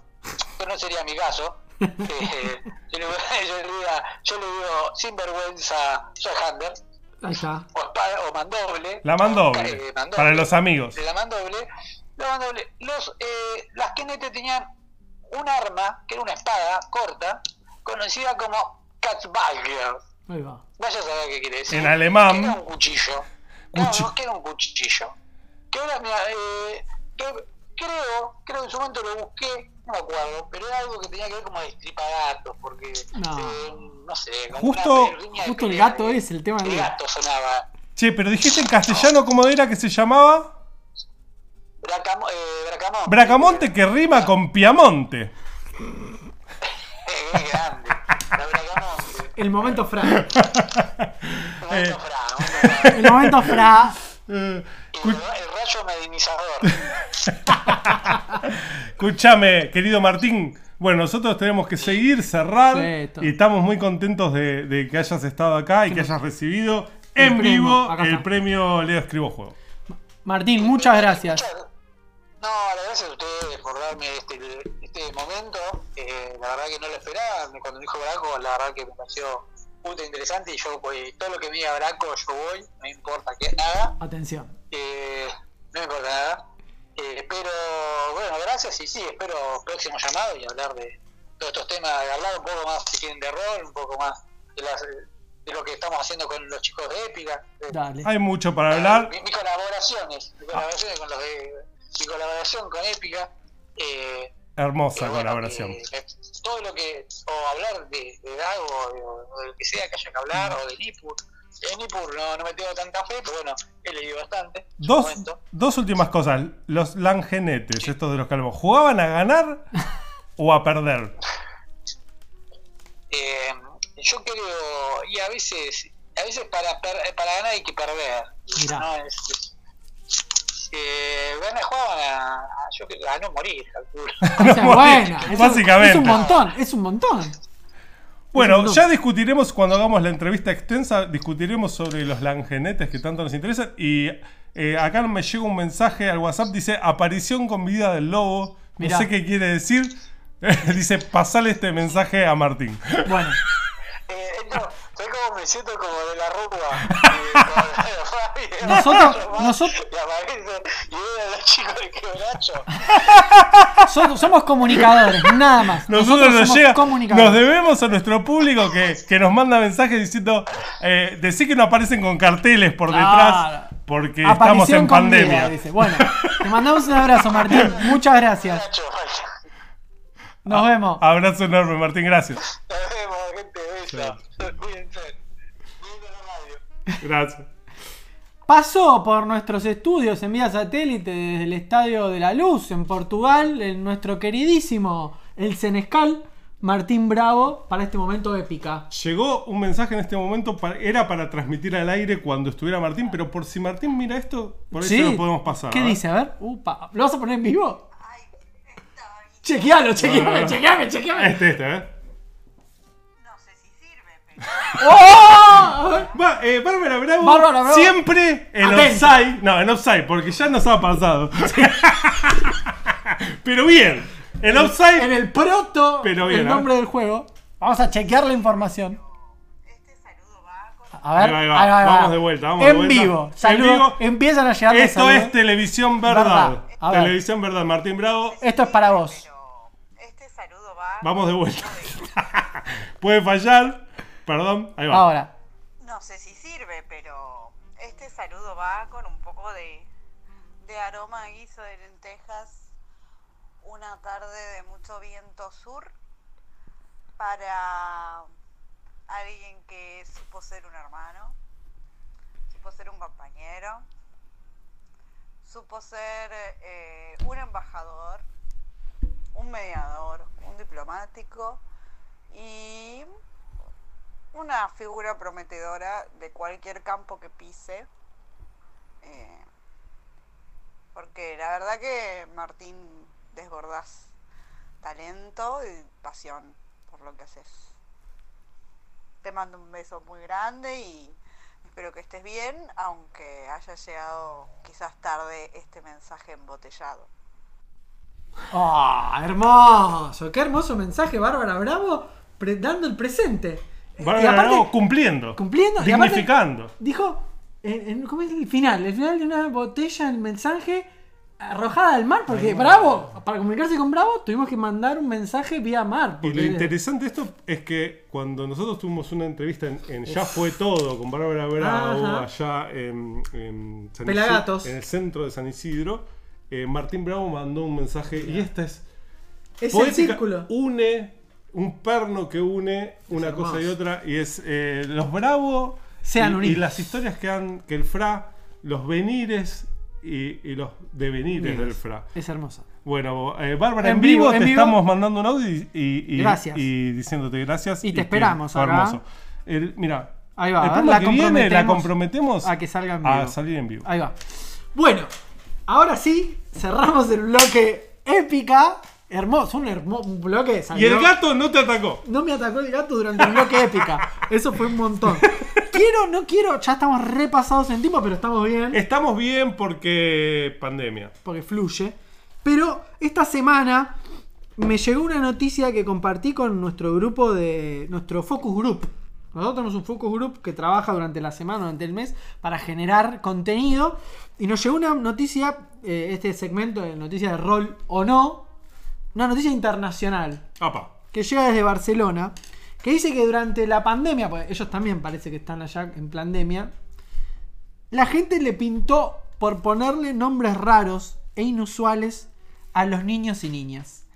Speaker 12: que no sería mi caso. Eh, yo, le, yo le diría- yo le digo sin vergüenza Swalhander,
Speaker 11: Ahí está.
Speaker 12: o, espada- o mandoble.
Speaker 7: La mandoble,
Speaker 12: Eh, mandoble.
Speaker 7: para los amigos.
Speaker 12: La mandoble. La mandoble. Los, eh, las Kenete tenían un arma, que era una espada corta, conocida como Katzbagger.
Speaker 11: Ahí va.
Speaker 12: Vaya a saber qué quiere decir.
Speaker 7: En alemán.
Speaker 12: Que era un cuchillo.
Speaker 7: Cuchi-
Speaker 12: No, no, que era un cuchillo. Que era, mira, eh, que- creo, creo que en su momento lo busqué, no me acuerdo, pero era algo que tenía que ver como a destripagatos, porque
Speaker 11: No.
Speaker 12: eh, no sé, como
Speaker 7: Justo-
Speaker 12: una riña de
Speaker 11: Justo el
Speaker 12: pelea,
Speaker 11: gato es el tema
Speaker 12: el
Speaker 11: de
Speaker 12: gato sonaba.
Speaker 7: Che, pero dijiste en castellano cómo era que se llamaba
Speaker 12: Bracamo- eh, Bracamonte.
Speaker 7: Bracamonte que rima con Piamonte.
Speaker 12: Eh, grande. La Bracamonte.
Speaker 11: El momento fra.
Speaker 7: Eh,
Speaker 12: Momento fra, momento fra.
Speaker 11: El momento fra.
Speaker 7: eh,
Speaker 12: El, el rayo medinizador.
Speaker 7: Escúchame, querido Martín. Bueno, nosotros tenemos que seguir, cerrar.
Speaker 11: Sí, todo.
Speaker 7: y estamos muy contentos de, de que hayas estado acá y que hayas recibido
Speaker 11: El
Speaker 7: en
Speaker 11: premio,
Speaker 7: vivo
Speaker 11: acá
Speaker 7: el
Speaker 11: está.
Speaker 7: premio Leo Escribo Juego.
Speaker 11: Martín, muchas gracias.
Speaker 12: No, las gracias a ustedes por darme este, este momento. Eh, la verdad que no lo esperaba. Me- Cuando dijo Braco, la verdad que me pareció puta interesante. Y yo, pues, todo lo que me diga Braco, yo voy. No me importa que nada.
Speaker 11: Atención.
Speaker 12: Eh, no me importa nada. Eh, pero bueno, gracias y sí, espero próximo llamado y hablar de todos estos temas, hablar un poco más si quieren de rol, un poco más de, las- de lo que estamos haciendo con los chicos de Épica. Eh, de-
Speaker 11: Dale.
Speaker 7: Hay mucho para hablar.
Speaker 12: mi- mis colaboraciones, mis colaboraciones con los de, mi colaboración con Épica, eh,
Speaker 7: Hermosa
Speaker 12: pero bueno,
Speaker 7: colaboración.
Speaker 12: eh, eh, todo lo que, o hablar de, de Dago, o de, o de lo que sea que haya que hablar, o de Nipur. En Nipur no, no me tengo tanta fe, pero bueno, he leído bastante. en su
Speaker 7: Dos,
Speaker 12: momento.
Speaker 7: dos últimas cosas. Los langenetes, estos de los que hablamos, ¿jugaban a ganar o a perder?
Speaker 12: Eh, yo creo, y a veces, a veces para, per- eh, para ganar hay que perder.
Speaker 11: Mirá.
Speaker 12: ¿no? Es, es- eh, ganar jugaban a, yo creo, a no morir, calculo.
Speaker 11: O sea,
Speaker 7: morir,
Speaker 11: buena. Es un-
Speaker 7: básicamente.
Speaker 11: Es un montón, es un montón.
Speaker 7: Bueno,
Speaker 11: No.
Speaker 7: ya discutiremos cuando hagamos la entrevista extensa, discutiremos sobre los langenetes que tanto nos interesan. Y eh, acá me llega un mensaje al WhatsApp, dice aparición con vida del lobo. No
Speaker 11: Mirá.
Speaker 7: sé qué quiere decir. dice, pasale este mensaje a Martín.
Speaker 11: Bueno,
Speaker 12: Eh, no, ¿sabés cómo me siento como de la rúa? Eh, como-
Speaker 11: Nosotros- nosotros-
Speaker 12: Y aparece, y era los chicos de quebracho.
Speaker 11: so- somos comunicadores, nada más.
Speaker 7: Nosotros, nos
Speaker 11: somos
Speaker 7: llega, nos
Speaker 11: comunicadores.
Speaker 7: debemos a nuestro público que, que nos manda mensajes diciendo, eh, decí que no aparecen con carteles por detrás
Speaker 11: Claro.
Speaker 7: porque estamos
Speaker 11: Aparición
Speaker 7: en
Speaker 11: Ah, con vida,
Speaker 7: pandemia.
Speaker 11: dice. Bueno, te mandamos un abrazo, Martín. Muchas gracias.
Speaker 12: Quebracho, vaya.
Speaker 11: Nos
Speaker 7: Ah,
Speaker 11: vemos.
Speaker 7: Abrazo enorme, Martín, gracias.
Speaker 12: Nos vemos, gente, bella. Cuídense. Viendo la radio.
Speaker 7: Gracias.
Speaker 11: Pasó por nuestros estudios en vía satélite desde el Estadio de la Luz en Portugal, en nuestro queridísimo el Senescal Martín Bravo para este momento épica.
Speaker 7: Llegó un mensaje en este momento, pa- era para transmitir al aire cuando estuviera Martín, pero por si Martín mira esto, por ahí se lo podemos pasar. ¿eh?
Speaker 11: ¿Qué
Speaker 7: a ver.
Speaker 11: dice? A ver, upa, ¿lo vas a poner en vivo? Chequealo, chequealo,
Speaker 7: Ah.
Speaker 11: chequeame, chequeame.
Speaker 7: Este, este, ¿eh?
Speaker 11: ¡Oh!
Speaker 7: Va, eh, Bárbara Bravo,
Speaker 11: Bárbara Bravo.
Speaker 7: siempre en
Speaker 11: Atenta.
Speaker 7: offside. No, en offside, porque ya nos ha pasado. pero bien, en offside.
Speaker 11: En el proto,
Speaker 7: Pero bien,
Speaker 11: el
Speaker 7: ¿eh?
Speaker 11: nombre del juego. Vamos a chequear la información. A
Speaker 7: Ahí
Speaker 11: ver,
Speaker 7: va, ahí va.
Speaker 11: ahí va, ahí va.
Speaker 7: Vamos de vuelta, vamos de
Speaker 11: en
Speaker 7: vuelta.
Speaker 11: Vivo,
Speaker 7: En
Speaker 11: saludos.
Speaker 7: vivo.
Speaker 11: Empiezan a llegar los
Speaker 7: Esto
Speaker 11: saludos.
Speaker 7: es Televisión Verdad.
Speaker 11: Verdad. A ver.
Speaker 7: Televisión Verdad, Martín Bravo.
Speaker 11: Esto es para vos.
Speaker 7: Vamos de vuelta. Puede fallar. Perdón, ahí va.
Speaker 11: Ahora.
Speaker 13: No sé si sirve, pero este saludo va con un poco de, de aroma a guiso de lentejas, una tarde de mucho viento sur, para alguien que supo ser un hermano, supo ser un compañero, supo ser eh, un embajador, un mediador, un diplomático y una figura prometedora de cualquier campo que pise. Eh, porque la verdad que Martín desbordás talento y pasión por lo que haces. Te mando un beso muy grande y espero que estés bien, aunque haya llegado quizás tarde este mensaje embotellado.
Speaker 11: ¡Oh, hermoso! ¡Qué hermoso mensaje, Bárbara Bravo! pre- dando el presente.
Speaker 7: Bárbara
Speaker 11: y aparte,
Speaker 7: Bravo cumpliendo.
Speaker 11: Cumpliendo, y aparte-
Speaker 7: Dignificando.
Speaker 11: dijo, en, en- ¿cómo es el final? El final de una botella, el mensaje arrojada al mar, porque Bravo, para comunicarse con Bravo, tuvimos que mandar un mensaje vía mar.
Speaker 7: Y lo
Speaker 11: porque-
Speaker 7: interesante de esto es que cuando nosotros tuvimos una entrevista en, en Ya fue todo con Bárbara Bravo,
Speaker 11: Ajá.
Speaker 7: allá en, en San
Speaker 11: Pelagatos.
Speaker 7: Isidro- en el centro de San Isidro, eh, Martín Bravo mandó un mensaje y esta es.
Speaker 11: Es el
Speaker 7: poética,
Speaker 11: círculo.
Speaker 7: Une, un perno que une una
Speaker 11: hermoso.
Speaker 7: cosa y otra, y es eh, los Bravo
Speaker 11: Se han
Speaker 7: y- y,
Speaker 11: unido.
Speaker 7: las historias que, han, que el Fra, los venires y, y los devenires
Speaker 11: Mires.
Speaker 7: del Fra.
Speaker 11: Es hermoso.
Speaker 7: Bueno, eh, Bárbara, en,
Speaker 11: En
Speaker 7: vivo,
Speaker 11: vivo,
Speaker 7: te
Speaker 11: en vivo.
Speaker 7: estamos mandando un audio y, y- y-
Speaker 11: Gracias.
Speaker 7: y diciéndote gracias.
Speaker 11: Y te
Speaker 7: que
Speaker 11: esperamos
Speaker 7: fue
Speaker 11: acá.
Speaker 7: hermoso. El- mira,
Speaker 11: Ahí va,
Speaker 7: el
Speaker 11: a ver,
Speaker 7: programa
Speaker 11: la
Speaker 7: que viene la
Speaker 11: comprometemos
Speaker 7: comprometemos
Speaker 11: a que salga en
Speaker 7: a
Speaker 11: vivo.
Speaker 7: salir en vivo.
Speaker 11: Ahí va. Bueno, ahora sí, cerramos el bloque épica. Hermoso, un hermoso bloque.
Speaker 7: Y
Speaker 11: salió-
Speaker 7: el gato no te atacó.
Speaker 11: No me atacó el gato durante el bloque épica. Eso fue un montón. Quiero, no quiero, ya estamos repasados en tiempo, pero estamos bien.
Speaker 7: Estamos bien porque pandemia.
Speaker 11: porque fluye. Pero esta semana me llegó una noticia que compartí con nuestro grupo de. nuestro focus group. Nosotros tenemos un focus group que trabaja durante la semana, durante el mes, para generar contenido. Y nos llegó una noticia, eh, este segmento de noticias de rol o no, una noticia internacional
Speaker 7: Apa.
Speaker 11: que llega desde Barcelona, que dice que durante la pandemia, porque ellos también parece que están allá en pandemia, la gente le pintó por ponerle nombres raros e inusuales a los niños y niñas.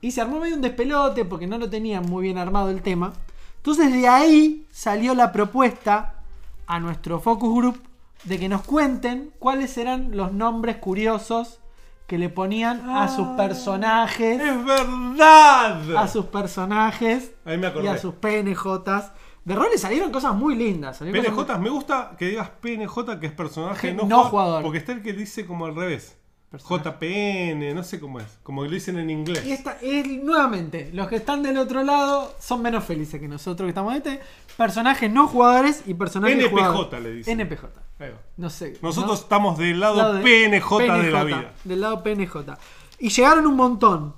Speaker 11: Y se armó medio un despelote porque no lo tenían muy bien armado el tema. Entonces de ahí salió la propuesta a nuestro focus group de que nos cuenten cuáles eran los nombres curiosos que le ponían a sus
Speaker 7: Ah.
Speaker 11: personajes
Speaker 7: ¡Es verdad!
Speaker 11: a sus personajes
Speaker 7: Ahí me acordé.
Speaker 11: y a sus PNJs. De roles salieron cosas muy lindas. salieron cosas
Speaker 7: PNJ, me gusta que digas PNJ, que es personaje no,
Speaker 11: No
Speaker 7: jugado-
Speaker 11: jugador.
Speaker 7: Porque está el que dice como al revés.
Speaker 11: Personaje.
Speaker 7: JPN, no sé cómo es. Como que lo dicen en inglés.
Speaker 11: muy- Y este- esta, es- nuevamente, los que están del otro lado son menos felices que nosotros que estamos en este. Personajes no jugadores y personajes
Speaker 7: NPJ
Speaker 11: jugadores.
Speaker 7: le dicen.
Speaker 11: NPJ.
Speaker 7: Ahí va.
Speaker 11: No sé.
Speaker 7: Nosotros
Speaker 11: ¿no?
Speaker 7: estamos del lado,
Speaker 11: Lado de-
Speaker 7: PNJ, de la
Speaker 11: PNJ,
Speaker 7: vida.
Speaker 11: Del lado PNJ. Y llegaron un montón.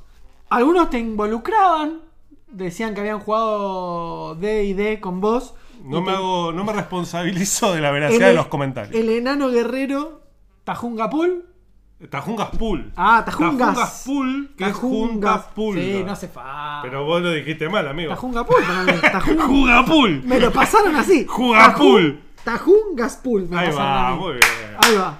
Speaker 11: Algunos te involucraban. Decían que habían jugado D y D con vos.
Speaker 7: No
Speaker 11: y
Speaker 7: me,
Speaker 11: te-
Speaker 7: hago, no me responsabilizo de la veracidad de
Speaker 11: el- e-
Speaker 7: los comentarios.
Speaker 11: El enano guerrero Tajungapul.
Speaker 7: Tajungas Pool.
Speaker 11: Ah, Tajungas.
Speaker 7: Tajungas Pool, que es Juntas Pool.
Speaker 11: Sí, no hace falta.
Speaker 7: Pero vos lo dijiste mal, amigo.
Speaker 11: Tajungapul, también. Tajunga-
Speaker 7: Jugapool.
Speaker 11: Me lo pasaron así.
Speaker 7: Jugapul.
Speaker 11: Taju- Tajungaspul. me
Speaker 7: Ahí
Speaker 11: pasaron a
Speaker 7: va,
Speaker 11: mí.
Speaker 7: muy bien.
Speaker 11: Ahí va.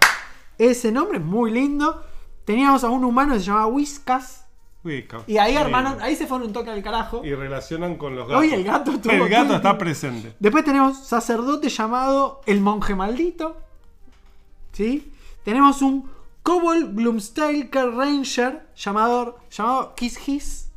Speaker 11: Ese nombre es muy lindo. Teníamos a un humano que se llamaba Whiskas.
Speaker 7: Uy, ca-
Speaker 11: Y ahí
Speaker 7: sí.
Speaker 11: hermanos, ahí se fueron un toque al carajo.
Speaker 7: Y relacionan con los gatos.
Speaker 11: Hoy el gato estuvo
Speaker 7: El gato
Speaker 11: todo el
Speaker 7: está
Speaker 11: tiempo.
Speaker 7: presente.
Speaker 11: Después tenemos sacerdote llamado el monje maldito. ¿Sí? Tenemos un Cobol Gloomstalker Ranger llamado, llamado Kiss His.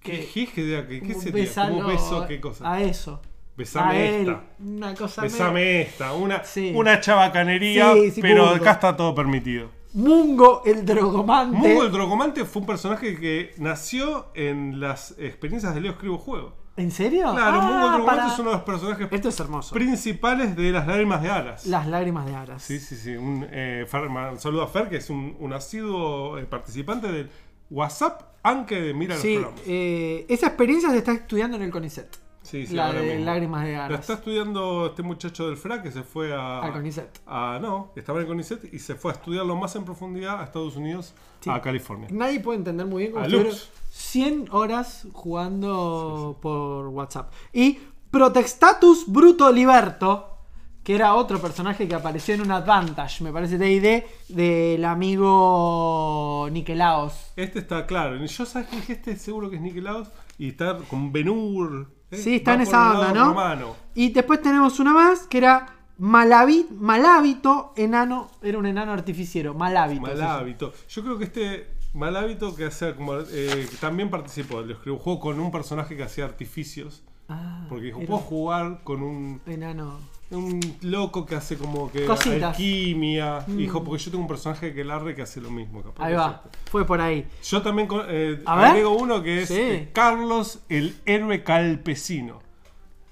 Speaker 7: ¿Qué,
Speaker 11: Que-
Speaker 7: jis- qué, qué, qué
Speaker 11: Un
Speaker 7: sería? ¿Cómo
Speaker 11: besalo
Speaker 7: beso? ¿Qué cosa?
Speaker 11: A eso.
Speaker 7: Besame
Speaker 11: a él.
Speaker 7: esta.
Speaker 11: Una cosa medio-
Speaker 7: Besame esta. Una,
Speaker 11: Sí.
Speaker 7: una chabacanería,
Speaker 11: Sí, sí,
Speaker 7: pero
Speaker 11: punto.
Speaker 7: acá está todo permitido.
Speaker 11: Mungo el Drogomante.
Speaker 7: Mungo el Drogomante fue un personaje que nació en las experiencias de Leo Escribo Juego.
Speaker 11: ¿En serio?
Speaker 7: Claro,
Speaker 11: Ah,
Speaker 7: Mungo el Drogomante
Speaker 11: para-
Speaker 7: es uno de los personajes
Speaker 11: Esto es hermoso.
Speaker 7: principales de Las Lágrimas de Aras.
Speaker 11: Las lágrimas de Aras.
Speaker 7: Sí, sí, sí. Un, eh, Fer- ma- un saludo a Fer, que es un, un asiduo eh, participante del WhatsApp, aunque mira
Speaker 11: Sí,
Speaker 7: los programas.
Speaker 11: eh, esa experiencia se está estudiando en el CONICET.
Speaker 7: Sí, sí,
Speaker 11: la
Speaker 7: ahora
Speaker 11: de
Speaker 7: mismo.
Speaker 11: lágrimas de
Speaker 7: La
Speaker 11: Aras.
Speaker 7: está estudiando este muchacho del FRA que se fue a.
Speaker 11: Al CONICET.
Speaker 7: a- no, estaba en el CONICET y se fue a estudiarlo más en profundidad a Estados Unidos, a California.
Speaker 11: Nadie puede entender muy bien cómo
Speaker 7: A
Speaker 11: estuvieron
Speaker 7: Lux.
Speaker 11: 100 horas jugando por WhatsApp. Y Protestatus Bruto Liberto, que era otro personaje que apareció en un Advantage, me parece, de ID del amigo Nikelaos.
Speaker 7: Este está claro. Yo sabes que dije este seguro que es Nickelodeon y está con ¿eh? Benur.
Speaker 11: Sí, está en esa onda, ¿no?
Speaker 7: Romano.
Speaker 11: Y después tenemos una más que era Malavi- Malhábito Enano, era un enano artificiero, Malhábito.
Speaker 7: Mal
Speaker 11: se llama.
Speaker 7: hábito. Yo creo que este mal hábito que hacer como eh, que también participó, lo escribió un juego con un personaje que hacía artificios.
Speaker 11: Ah,
Speaker 7: Porque dijo,
Speaker 11: era
Speaker 7: puedo jugar con un
Speaker 11: enano.
Speaker 7: un loco que hace como que
Speaker 11: Cositas.
Speaker 7: alquimia.
Speaker 11: Mm.
Speaker 7: Y Dijo, porque yo tengo un personaje que larre que hace lo mismo. capaz
Speaker 11: Ahí
Speaker 7: que
Speaker 11: va, fue por ahí.
Speaker 7: sea. Yo también con- eh,
Speaker 11: A ver.
Speaker 7: agrego uno que es
Speaker 11: Sí.
Speaker 7: eh, Carlos el héroe calpesino.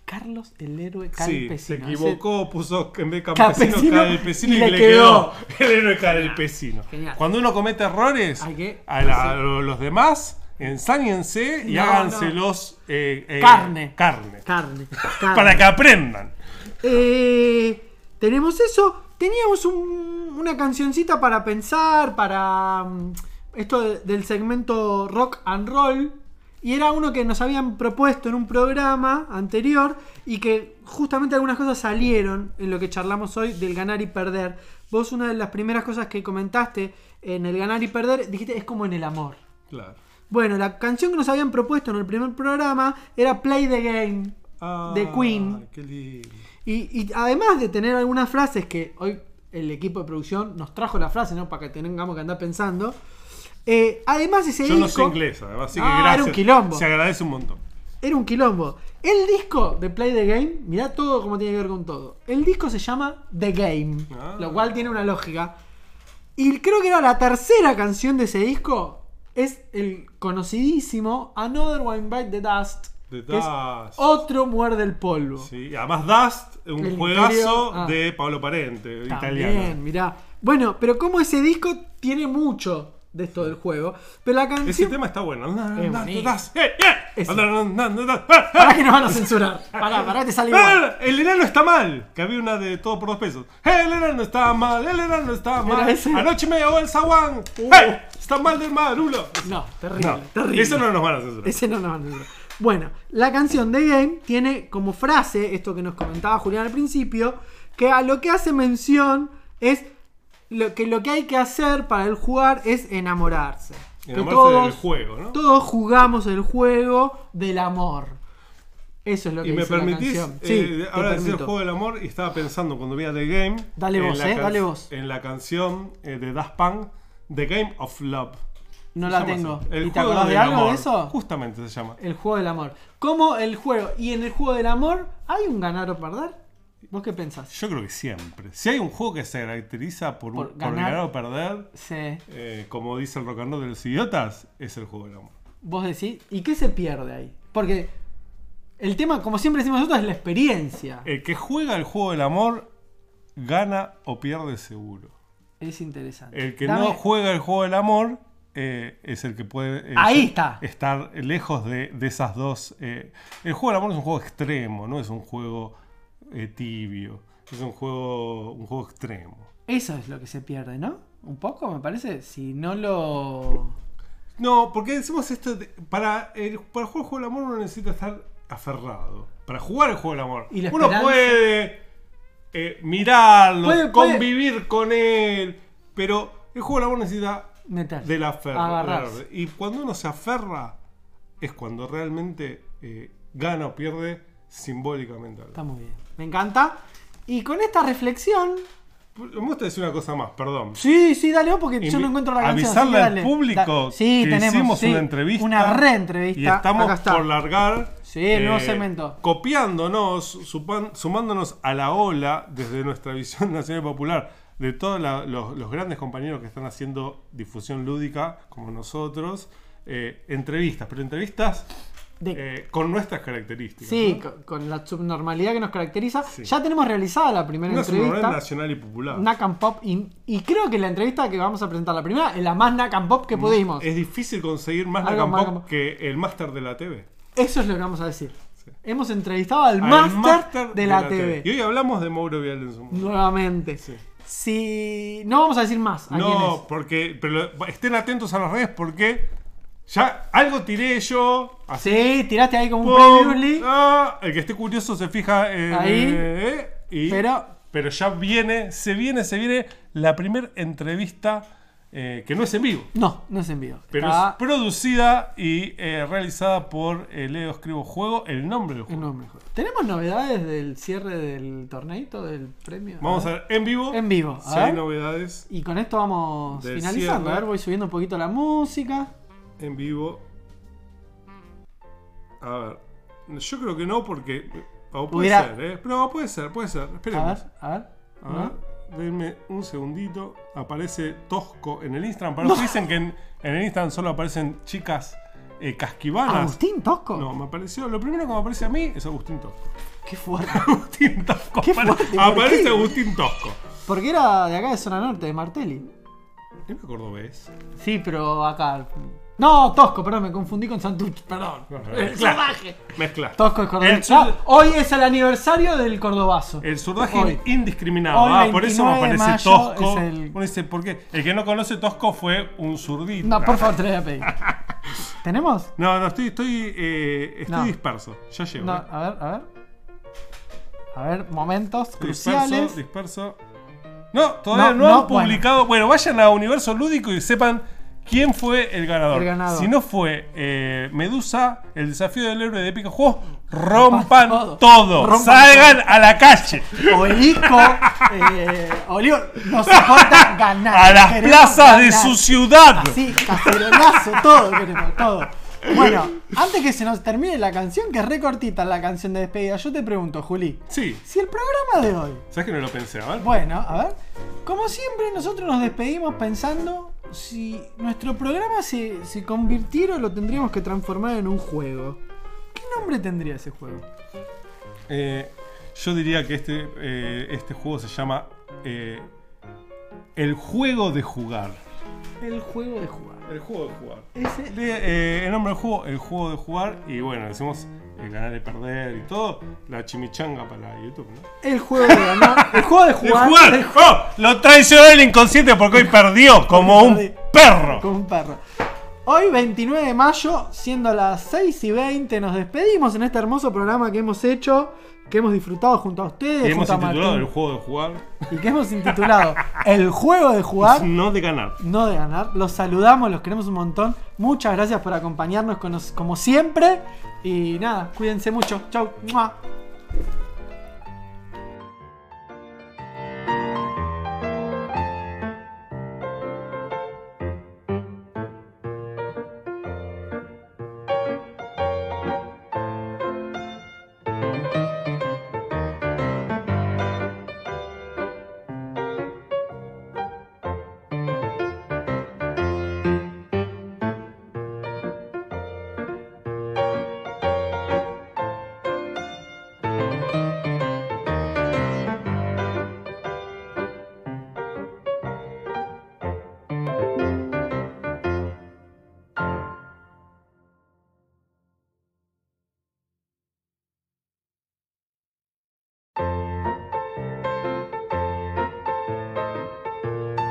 Speaker 11: Carlos el héroe
Speaker 7: Sí, se
Speaker 11: Calpesino. Ese-
Speaker 7: equivocó, puso en vez de campesino,
Speaker 11: Campesino,
Speaker 7: calpesino y, le quedó. el héroe calpesino. Cuando uno comete errores, a, la- a lo- los demás, ensáñense y
Speaker 11: No,
Speaker 7: háganselos eh, eh,
Speaker 11: Carne.
Speaker 7: carne.
Speaker 11: Carne.
Speaker 7: Para que aprendan.
Speaker 11: Eh, tenemos eso. Teníamos un- una cancioncita para pensar, para mm, esto de- del segmento rock and roll. Y era uno que nos habían propuesto en un programa anterior y que justamente algunas cosas salieron en lo que charlamos hoy del ganar y perder. Vos una de las primeras cosas que comentaste en el ganar y perder, dijiste es como en el amor.
Speaker 7: Claro.
Speaker 11: Bueno, la canción que nos habían propuesto en el primer programa era Play the Game
Speaker 7: Ah,
Speaker 11: de Queen.
Speaker 7: Qué lindo.
Speaker 11: Y, y además de tener algunas frases que hoy el equipo de producción nos trajo la frase, ¿no? Para que tengamos que andar pensando. Eh, además ese
Speaker 7: Yo
Speaker 11: disco...
Speaker 7: no sé inglés, además, así que
Speaker 11: Ah,
Speaker 7: gracias.
Speaker 11: era un quilombo.
Speaker 7: Se agradece un montón.
Speaker 11: Era un quilombo. El disco de Play the Game, mirá todo como tiene que ver con todo. El disco se llama The Game,
Speaker 7: Ah.
Speaker 11: lo cual tiene una lógica. Y creo que era la tercera canción de ese disco. Es el conocidísimo Another One Bite the Dust.
Speaker 7: The
Speaker 11: que es
Speaker 7: Dust.
Speaker 11: otro muerde el polvo.
Speaker 7: Sí, y además, Dust, un
Speaker 11: El
Speaker 7: juegazo
Speaker 11: imperio- ah.
Speaker 7: de Pablo Parente, italiano.
Speaker 11: También, mirá. Bueno, pero como ese disco tiene mucho de esto del juego. Pero la canción.
Speaker 7: Ese tema está bueno.
Speaker 11: Es bonito.
Speaker 7: ¡Eh,
Speaker 11: Ese.
Speaker 7: Para
Speaker 11: que nos van a censurar. Pará, pará, te sale igual.
Speaker 7: El enano está mal. Que había una de todo por dos pesos. El enano está mal, el enano está mal.
Speaker 11: ese-
Speaker 7: Anoche me llevó el zaguán. ¡Eh! Está mal del marulo.
Speaker 11: No, terrible,
Speaker 7: No,
Speaker 11: terrible.
Speaker 7: Eso no nos van a censurar.
Speaker 11: Ese no nos van a censurar. Bueno, la canción de Game tiene como frase, esto que nos comentaba Julián al principio, que a lo que hace mención es lo que, lo que hay que hacer para el jugar es enamorarse. Que
Speaker 7: Enamorarse del juego, ¿no?
Speaker 11: Todos jugamos el juego del amor. Eso es lo que
Speaker 7: Y me
Speaker 11: dice la
Speaker 7: permitís,
Speaker 11: canción.
Speaker 7: eh,
Speaker 11: Sí, te
Speaker 7: ahora decir el
Speaker 11: permito.
Speaker 7: juego del amor y estaba pensando cuando vi a The Game.
Speaker 11: Dale
Speaker 7: en
Speaker 11: vos,
Speaker 7: la
Speaker 11: eh,
Speaker 7: can-
Speaker 11: dale vos.
Speaker 7: En la canción eh, de Daft Punk, The Game of Love.
Speaker 11: No
Speaker 7: Se
Speaker 11: la
Speaker 7: llama
Speaker 11: tengo.
Speaker 7: así.
Speaker 11: ¿Y te
Speaker 7: juego
Speaker 11: acordás de
Speaker 7: del
Speaker 11: algo de
Speaker 7: amor.
Speaker 11: eso?
Speaker 7: Justamente se llama.
Speaker 11: El juego del amor. Como el juego. Y en el juego del amor, ¿hay un ganar o perder? ¿Vos qué pensás?
Speaker 7: Yo creo que siempre. Si hay un juego que se caracteriza por, un-
Speaker 11: Por
Speaker 7: por
Speaker 11: ganar.
Speaker 7: ganar. o perder,
Speaker 11: Sí.
Speaker 7: eh, como dice el rock and roll de los idiotas, es el juego del amor.
Speaker 11: Vos decís, ¿y qué se pierde ahí? Porque el tema, como siempre decimos nosotros, es la experiencia.
Speaker 7: El que juega el juego del amor gana o pierde seguro.
Speaker 11: Es interesante.
Speaker 7: El que
Speaker 11: Dame-
Speaker 7: no juega el juego del amor eh, es el que puede eh,
Speaker 11: Ahí
Speaker 7: ser-
Speaker 11: está.
Speaker 7: estar lejos de, de esas dos. eh. El juego del amor es un juego extremo, no es un juego eh, tibio. Es un juego, un juego extremo.
Speaker 11: Eso es lo que se pierde, ¿no? Un poco, me parece. Si no lo.
Speaker 7: No, porque decimos esto. de- para, el, para jugar el juego del amor uno necesita estar aferrado. Para jugar el juego del amor.
Speaker 11: Y la
Speaker 7: uno
Speaker 11: esperanza.
Speaker 7: puede eh, mirarlo,
Speaker 11: Puede- puede-
Speaker 7: convivir con él. Pero el juego del amor necesita
Speaker 11: Meterse,
Speaker 7: del aferro.
Speaker 11: agarrarse.
Speaker 7: agarrarse. Y cuando uno se aferra, es cuando realmente eh, gana o pierde simbólicamente. hablando.
Speaker 11: Está muy bien. Me encanta. Y con esta reflexión.
Speaker 7: Me gusta decir una cosa más, perdón.
Speaker 11: Sí, sí, dale vos porque yo
Speaker 7: Invi-
Speaker 11: no encuentro la canción. así
Speaker 7: Avisarle
Speaker 11: que
Speaker 7: al
Speaker 11: dale.
Speaker 7: público
Speaker 11: Da- sí,
Speaker 7: que
Speaker 11: tenemos,
Speaker 7: hicimos
Speaker 11: sí,
Speaker 7: una entrevista.
Speaker 11: Una reentrevista.
Speaker 7: Y estamos
Speaker 11: Acá está.
Speaker 7: por largar. eh,
Speaker 11: Sí, el nuevo segmento.
Speaker 7: Copiándonos, supan- sumándonos a la ola desde nuestra visión nacional y popular de todos la- los, los grandes compañeros que están haciendo difusión lúdica, como nosotros, eh, entrevistas, pero entrevistas eh, con nuestras características.
Speaker 11: Sí,
Speaker 7: ¿no?
Speaker 11: co- con la subnormalidad que nos caracteriza. Ya tenemos realizada la primera
Speaker 7: Una
Speaker 11: entrevista.
Speaker 7: subnormalidad nacional y popular.
Speaker 11: Nakam Pop. Y, y creo que la entrevista que vamos a presentar, la primera, es la más Nakam Pop que pudimos.
Speaker 7: Mm, Es difícil conseguir más
Speaker 11: Algo
Speaker 7: Nakam
Speaker 11: más
Speaker 7: Pop que el máster de la TV.
Speaker 11: Eso es lo que vamos a decir. Hemos entrevistado al
Speaker 7: Al
Speaker 11: máster
Speaker 7: máster
Speaker 11: de la TV.
Speaker 7: Y hoy hablamos de Mauro Vial en su
Speaker 11: Nuevamente. Si. No vamos a decir más. ¿a quién es?
Speaker 7: No, porque. Pero estén atentos a las redes porque. Ya algo tiré yo.
Speaker 11: Sí, tiraste ahí como un previously.
Speaker 7: Ah. el que esté curioso se fija en-
Speaker 11: Ahí.
Speaker 7: eh, y-
Speaker 11: Pero-
Speaker 7: pero, ya viene, se viene, se viene la primera entrevista eh, que no es en vivo.
Speaker 11: No, no es en vivo.
Speaker 7: Pero
Speaker 11: Está-
Speaker 7: es producida y eh, realizada por eh, Leo Escribo Juego, el nombre del juego.
Speaker 11: ¿Tenemos novedades del cierre del torneito, del premio?
Speaker 7: Vamos a ver, en vivo.
Speaker 11: En vivo. a
Speaker 7: si hay
Speaker 11: ver.
Speaker 7: novedades.
Speaker 11: Y con esto vamos
Speaker 7: Del
Speaker 11: finalizando.
Speaker 7: cierre.
Speaker 11: A ver, voy subiendo un poquito la música.
Speaker 7: En vivo. A ver. Yo creo que no, porque. O puede
Speaker 11: Hubiera-
Speaker 7: ser, ¿eh? No, puede ser, puede ser.
Speaker 11: A
Speaker 7: Esperemos.
Speaker 11: ver, a ver.
Speaker 7: A ver, denme un segundito. Aparece Tosco en el Instagram. Para los que dicen que en, en el Instagram solo aparecen chicas eh, casquivanas.
Speaker 11: ¿Agustín Tosco?
Speaker 7: No, me apareció. Lo primero que me aparece a mí es Agustín Tosco.
Speaker 11: Qué fuerte.
Speaker 7: Agustín Tosco. apare-
Speaker 11: fuerte, ¿por
Speaker 7: aparece
Speaker 11: qué?
Speaker 7: Agustín Tosco.
Speaker 11: Porque era de acá de zona norte, de Martelli.
Speaker 7: ¿Era cordobés?
Speaker 11: Sí, pero acá. No, Tosco, perdón, me confundí con Santucho, perdón. El
Speaker 7: Eh, Claro,
Speaker 11: zurdaje.
Speaker 7: Mezcla.
Speaker 11: Tosco es cordobés.
Speaker 7: El sur-
Speaker 11: Ah, hoy es el aniversario del cordobazo.
Speaker 7: El zurdaje
Speaker 11: Hoy.
Speaker 7: indiscriminado.
Speaker 11: Hoy,
Speaker 7: Ah, por eso me
Speaker 11: 29 de
Speaker 7: aparece
Speaker 11: mayo,
Speaker 7: Tosco.
Speaker 11: es el-
Speaker 7: Uno dice, ¿por qué? El que no conoce Tosco fue un zurdito.
Speaker 11: No, por favor, te lo voy a pedir. ¿Tenemos?
Speaker 7: No, no, estoy, estoy, eh, estoy
Speaker 11: No.
Speaker 7: disperso. Ya llego.
Speaker 11: No,
Speaker 7: eh.
Speaker 11: a ver, a ver. A ver, momentos
Speaker 7: Disperso,
Speaker 11: cruciales.
Speaker 7: disperso. No, todavía no,
Speaker 11: No, no,
Speaker 7: han publicado. Bueno. vayan a Universo Lúdico y sepan quién fue el ganador.
Speaker 11: El ganador.
Speaker 7: Si no fue eh, Medusa, el desafío del héroe de Pica Juegos, rompan todo.
Speaker 11: Rompan
Speaker 7: Salgan a la calle.
Speaker 11: Olico, eh, Olio, nos importa ganar.
Speaker 7: A las
Speaker 11: Queremos
Speaker 7: plazas de
Speaker 11: ganar.
Speaker 7: su ciudad.
Speaker 11: Así, cacerolazo, todo queremos, todo. Bueno, antes que se nos termine la canción, que es re cortita la canción de despedida, yo te pregunto, Juli.
Speaker 7: Sí.
Speaker 11: Si el programa de hoy
Speaker 7: ¿Sabes que no lo pensé? A ver.
Speaker 11: Bueno, a ver. Como siempre, nosotros nos despedimos pensando si nuestro programa se, se convirtiera o lo tendríamos que transformar en un juego. ¿Qué nombre tendría ese juego?
Speaker 7: Eh, yo diría que este, eh, este juego se llama eh, El juego de jugar.
Speaker 11: El juego de jugar.
Speaker 7: El juego de jugar.
Speaker 11: Ese.
Speaker 7: Le- eh, el nombre del juego, el juego de jugar. Y bueno, decimos el ganar y perder y todo. La chimichanga para YouTube, ¿no?
Speaker 11: El juego de ganar. El juego de jugar.
Speaker 7: ¡De jugar! ¡Oh! Lo traicionó el inconsciente porque hoy perdió como un perro.
Speaker 11: Como un perro. Hoy, 29 de mayo, siendo las 6 y 20, nos despedimos en este hermoso programa que hemos hecho, que hemos disfrutado junto a ustedes,
Speaker 7: Y hemos
Speaker 11: junto a
Speaker 7: intitulado el
Speaker 11: Martín,
Speaker 7: juego de jugar.
Speaker 11: y que hemos intitulado El juego de jugar.
Speaker 7: No de ganar.
Speaker 11: no de ganar. Los saludamos, los queremos un montón. Muchas gracias por acompañarnos con nos- como siempre. Y nada, cuídense mucho. Chau. ¡Mua!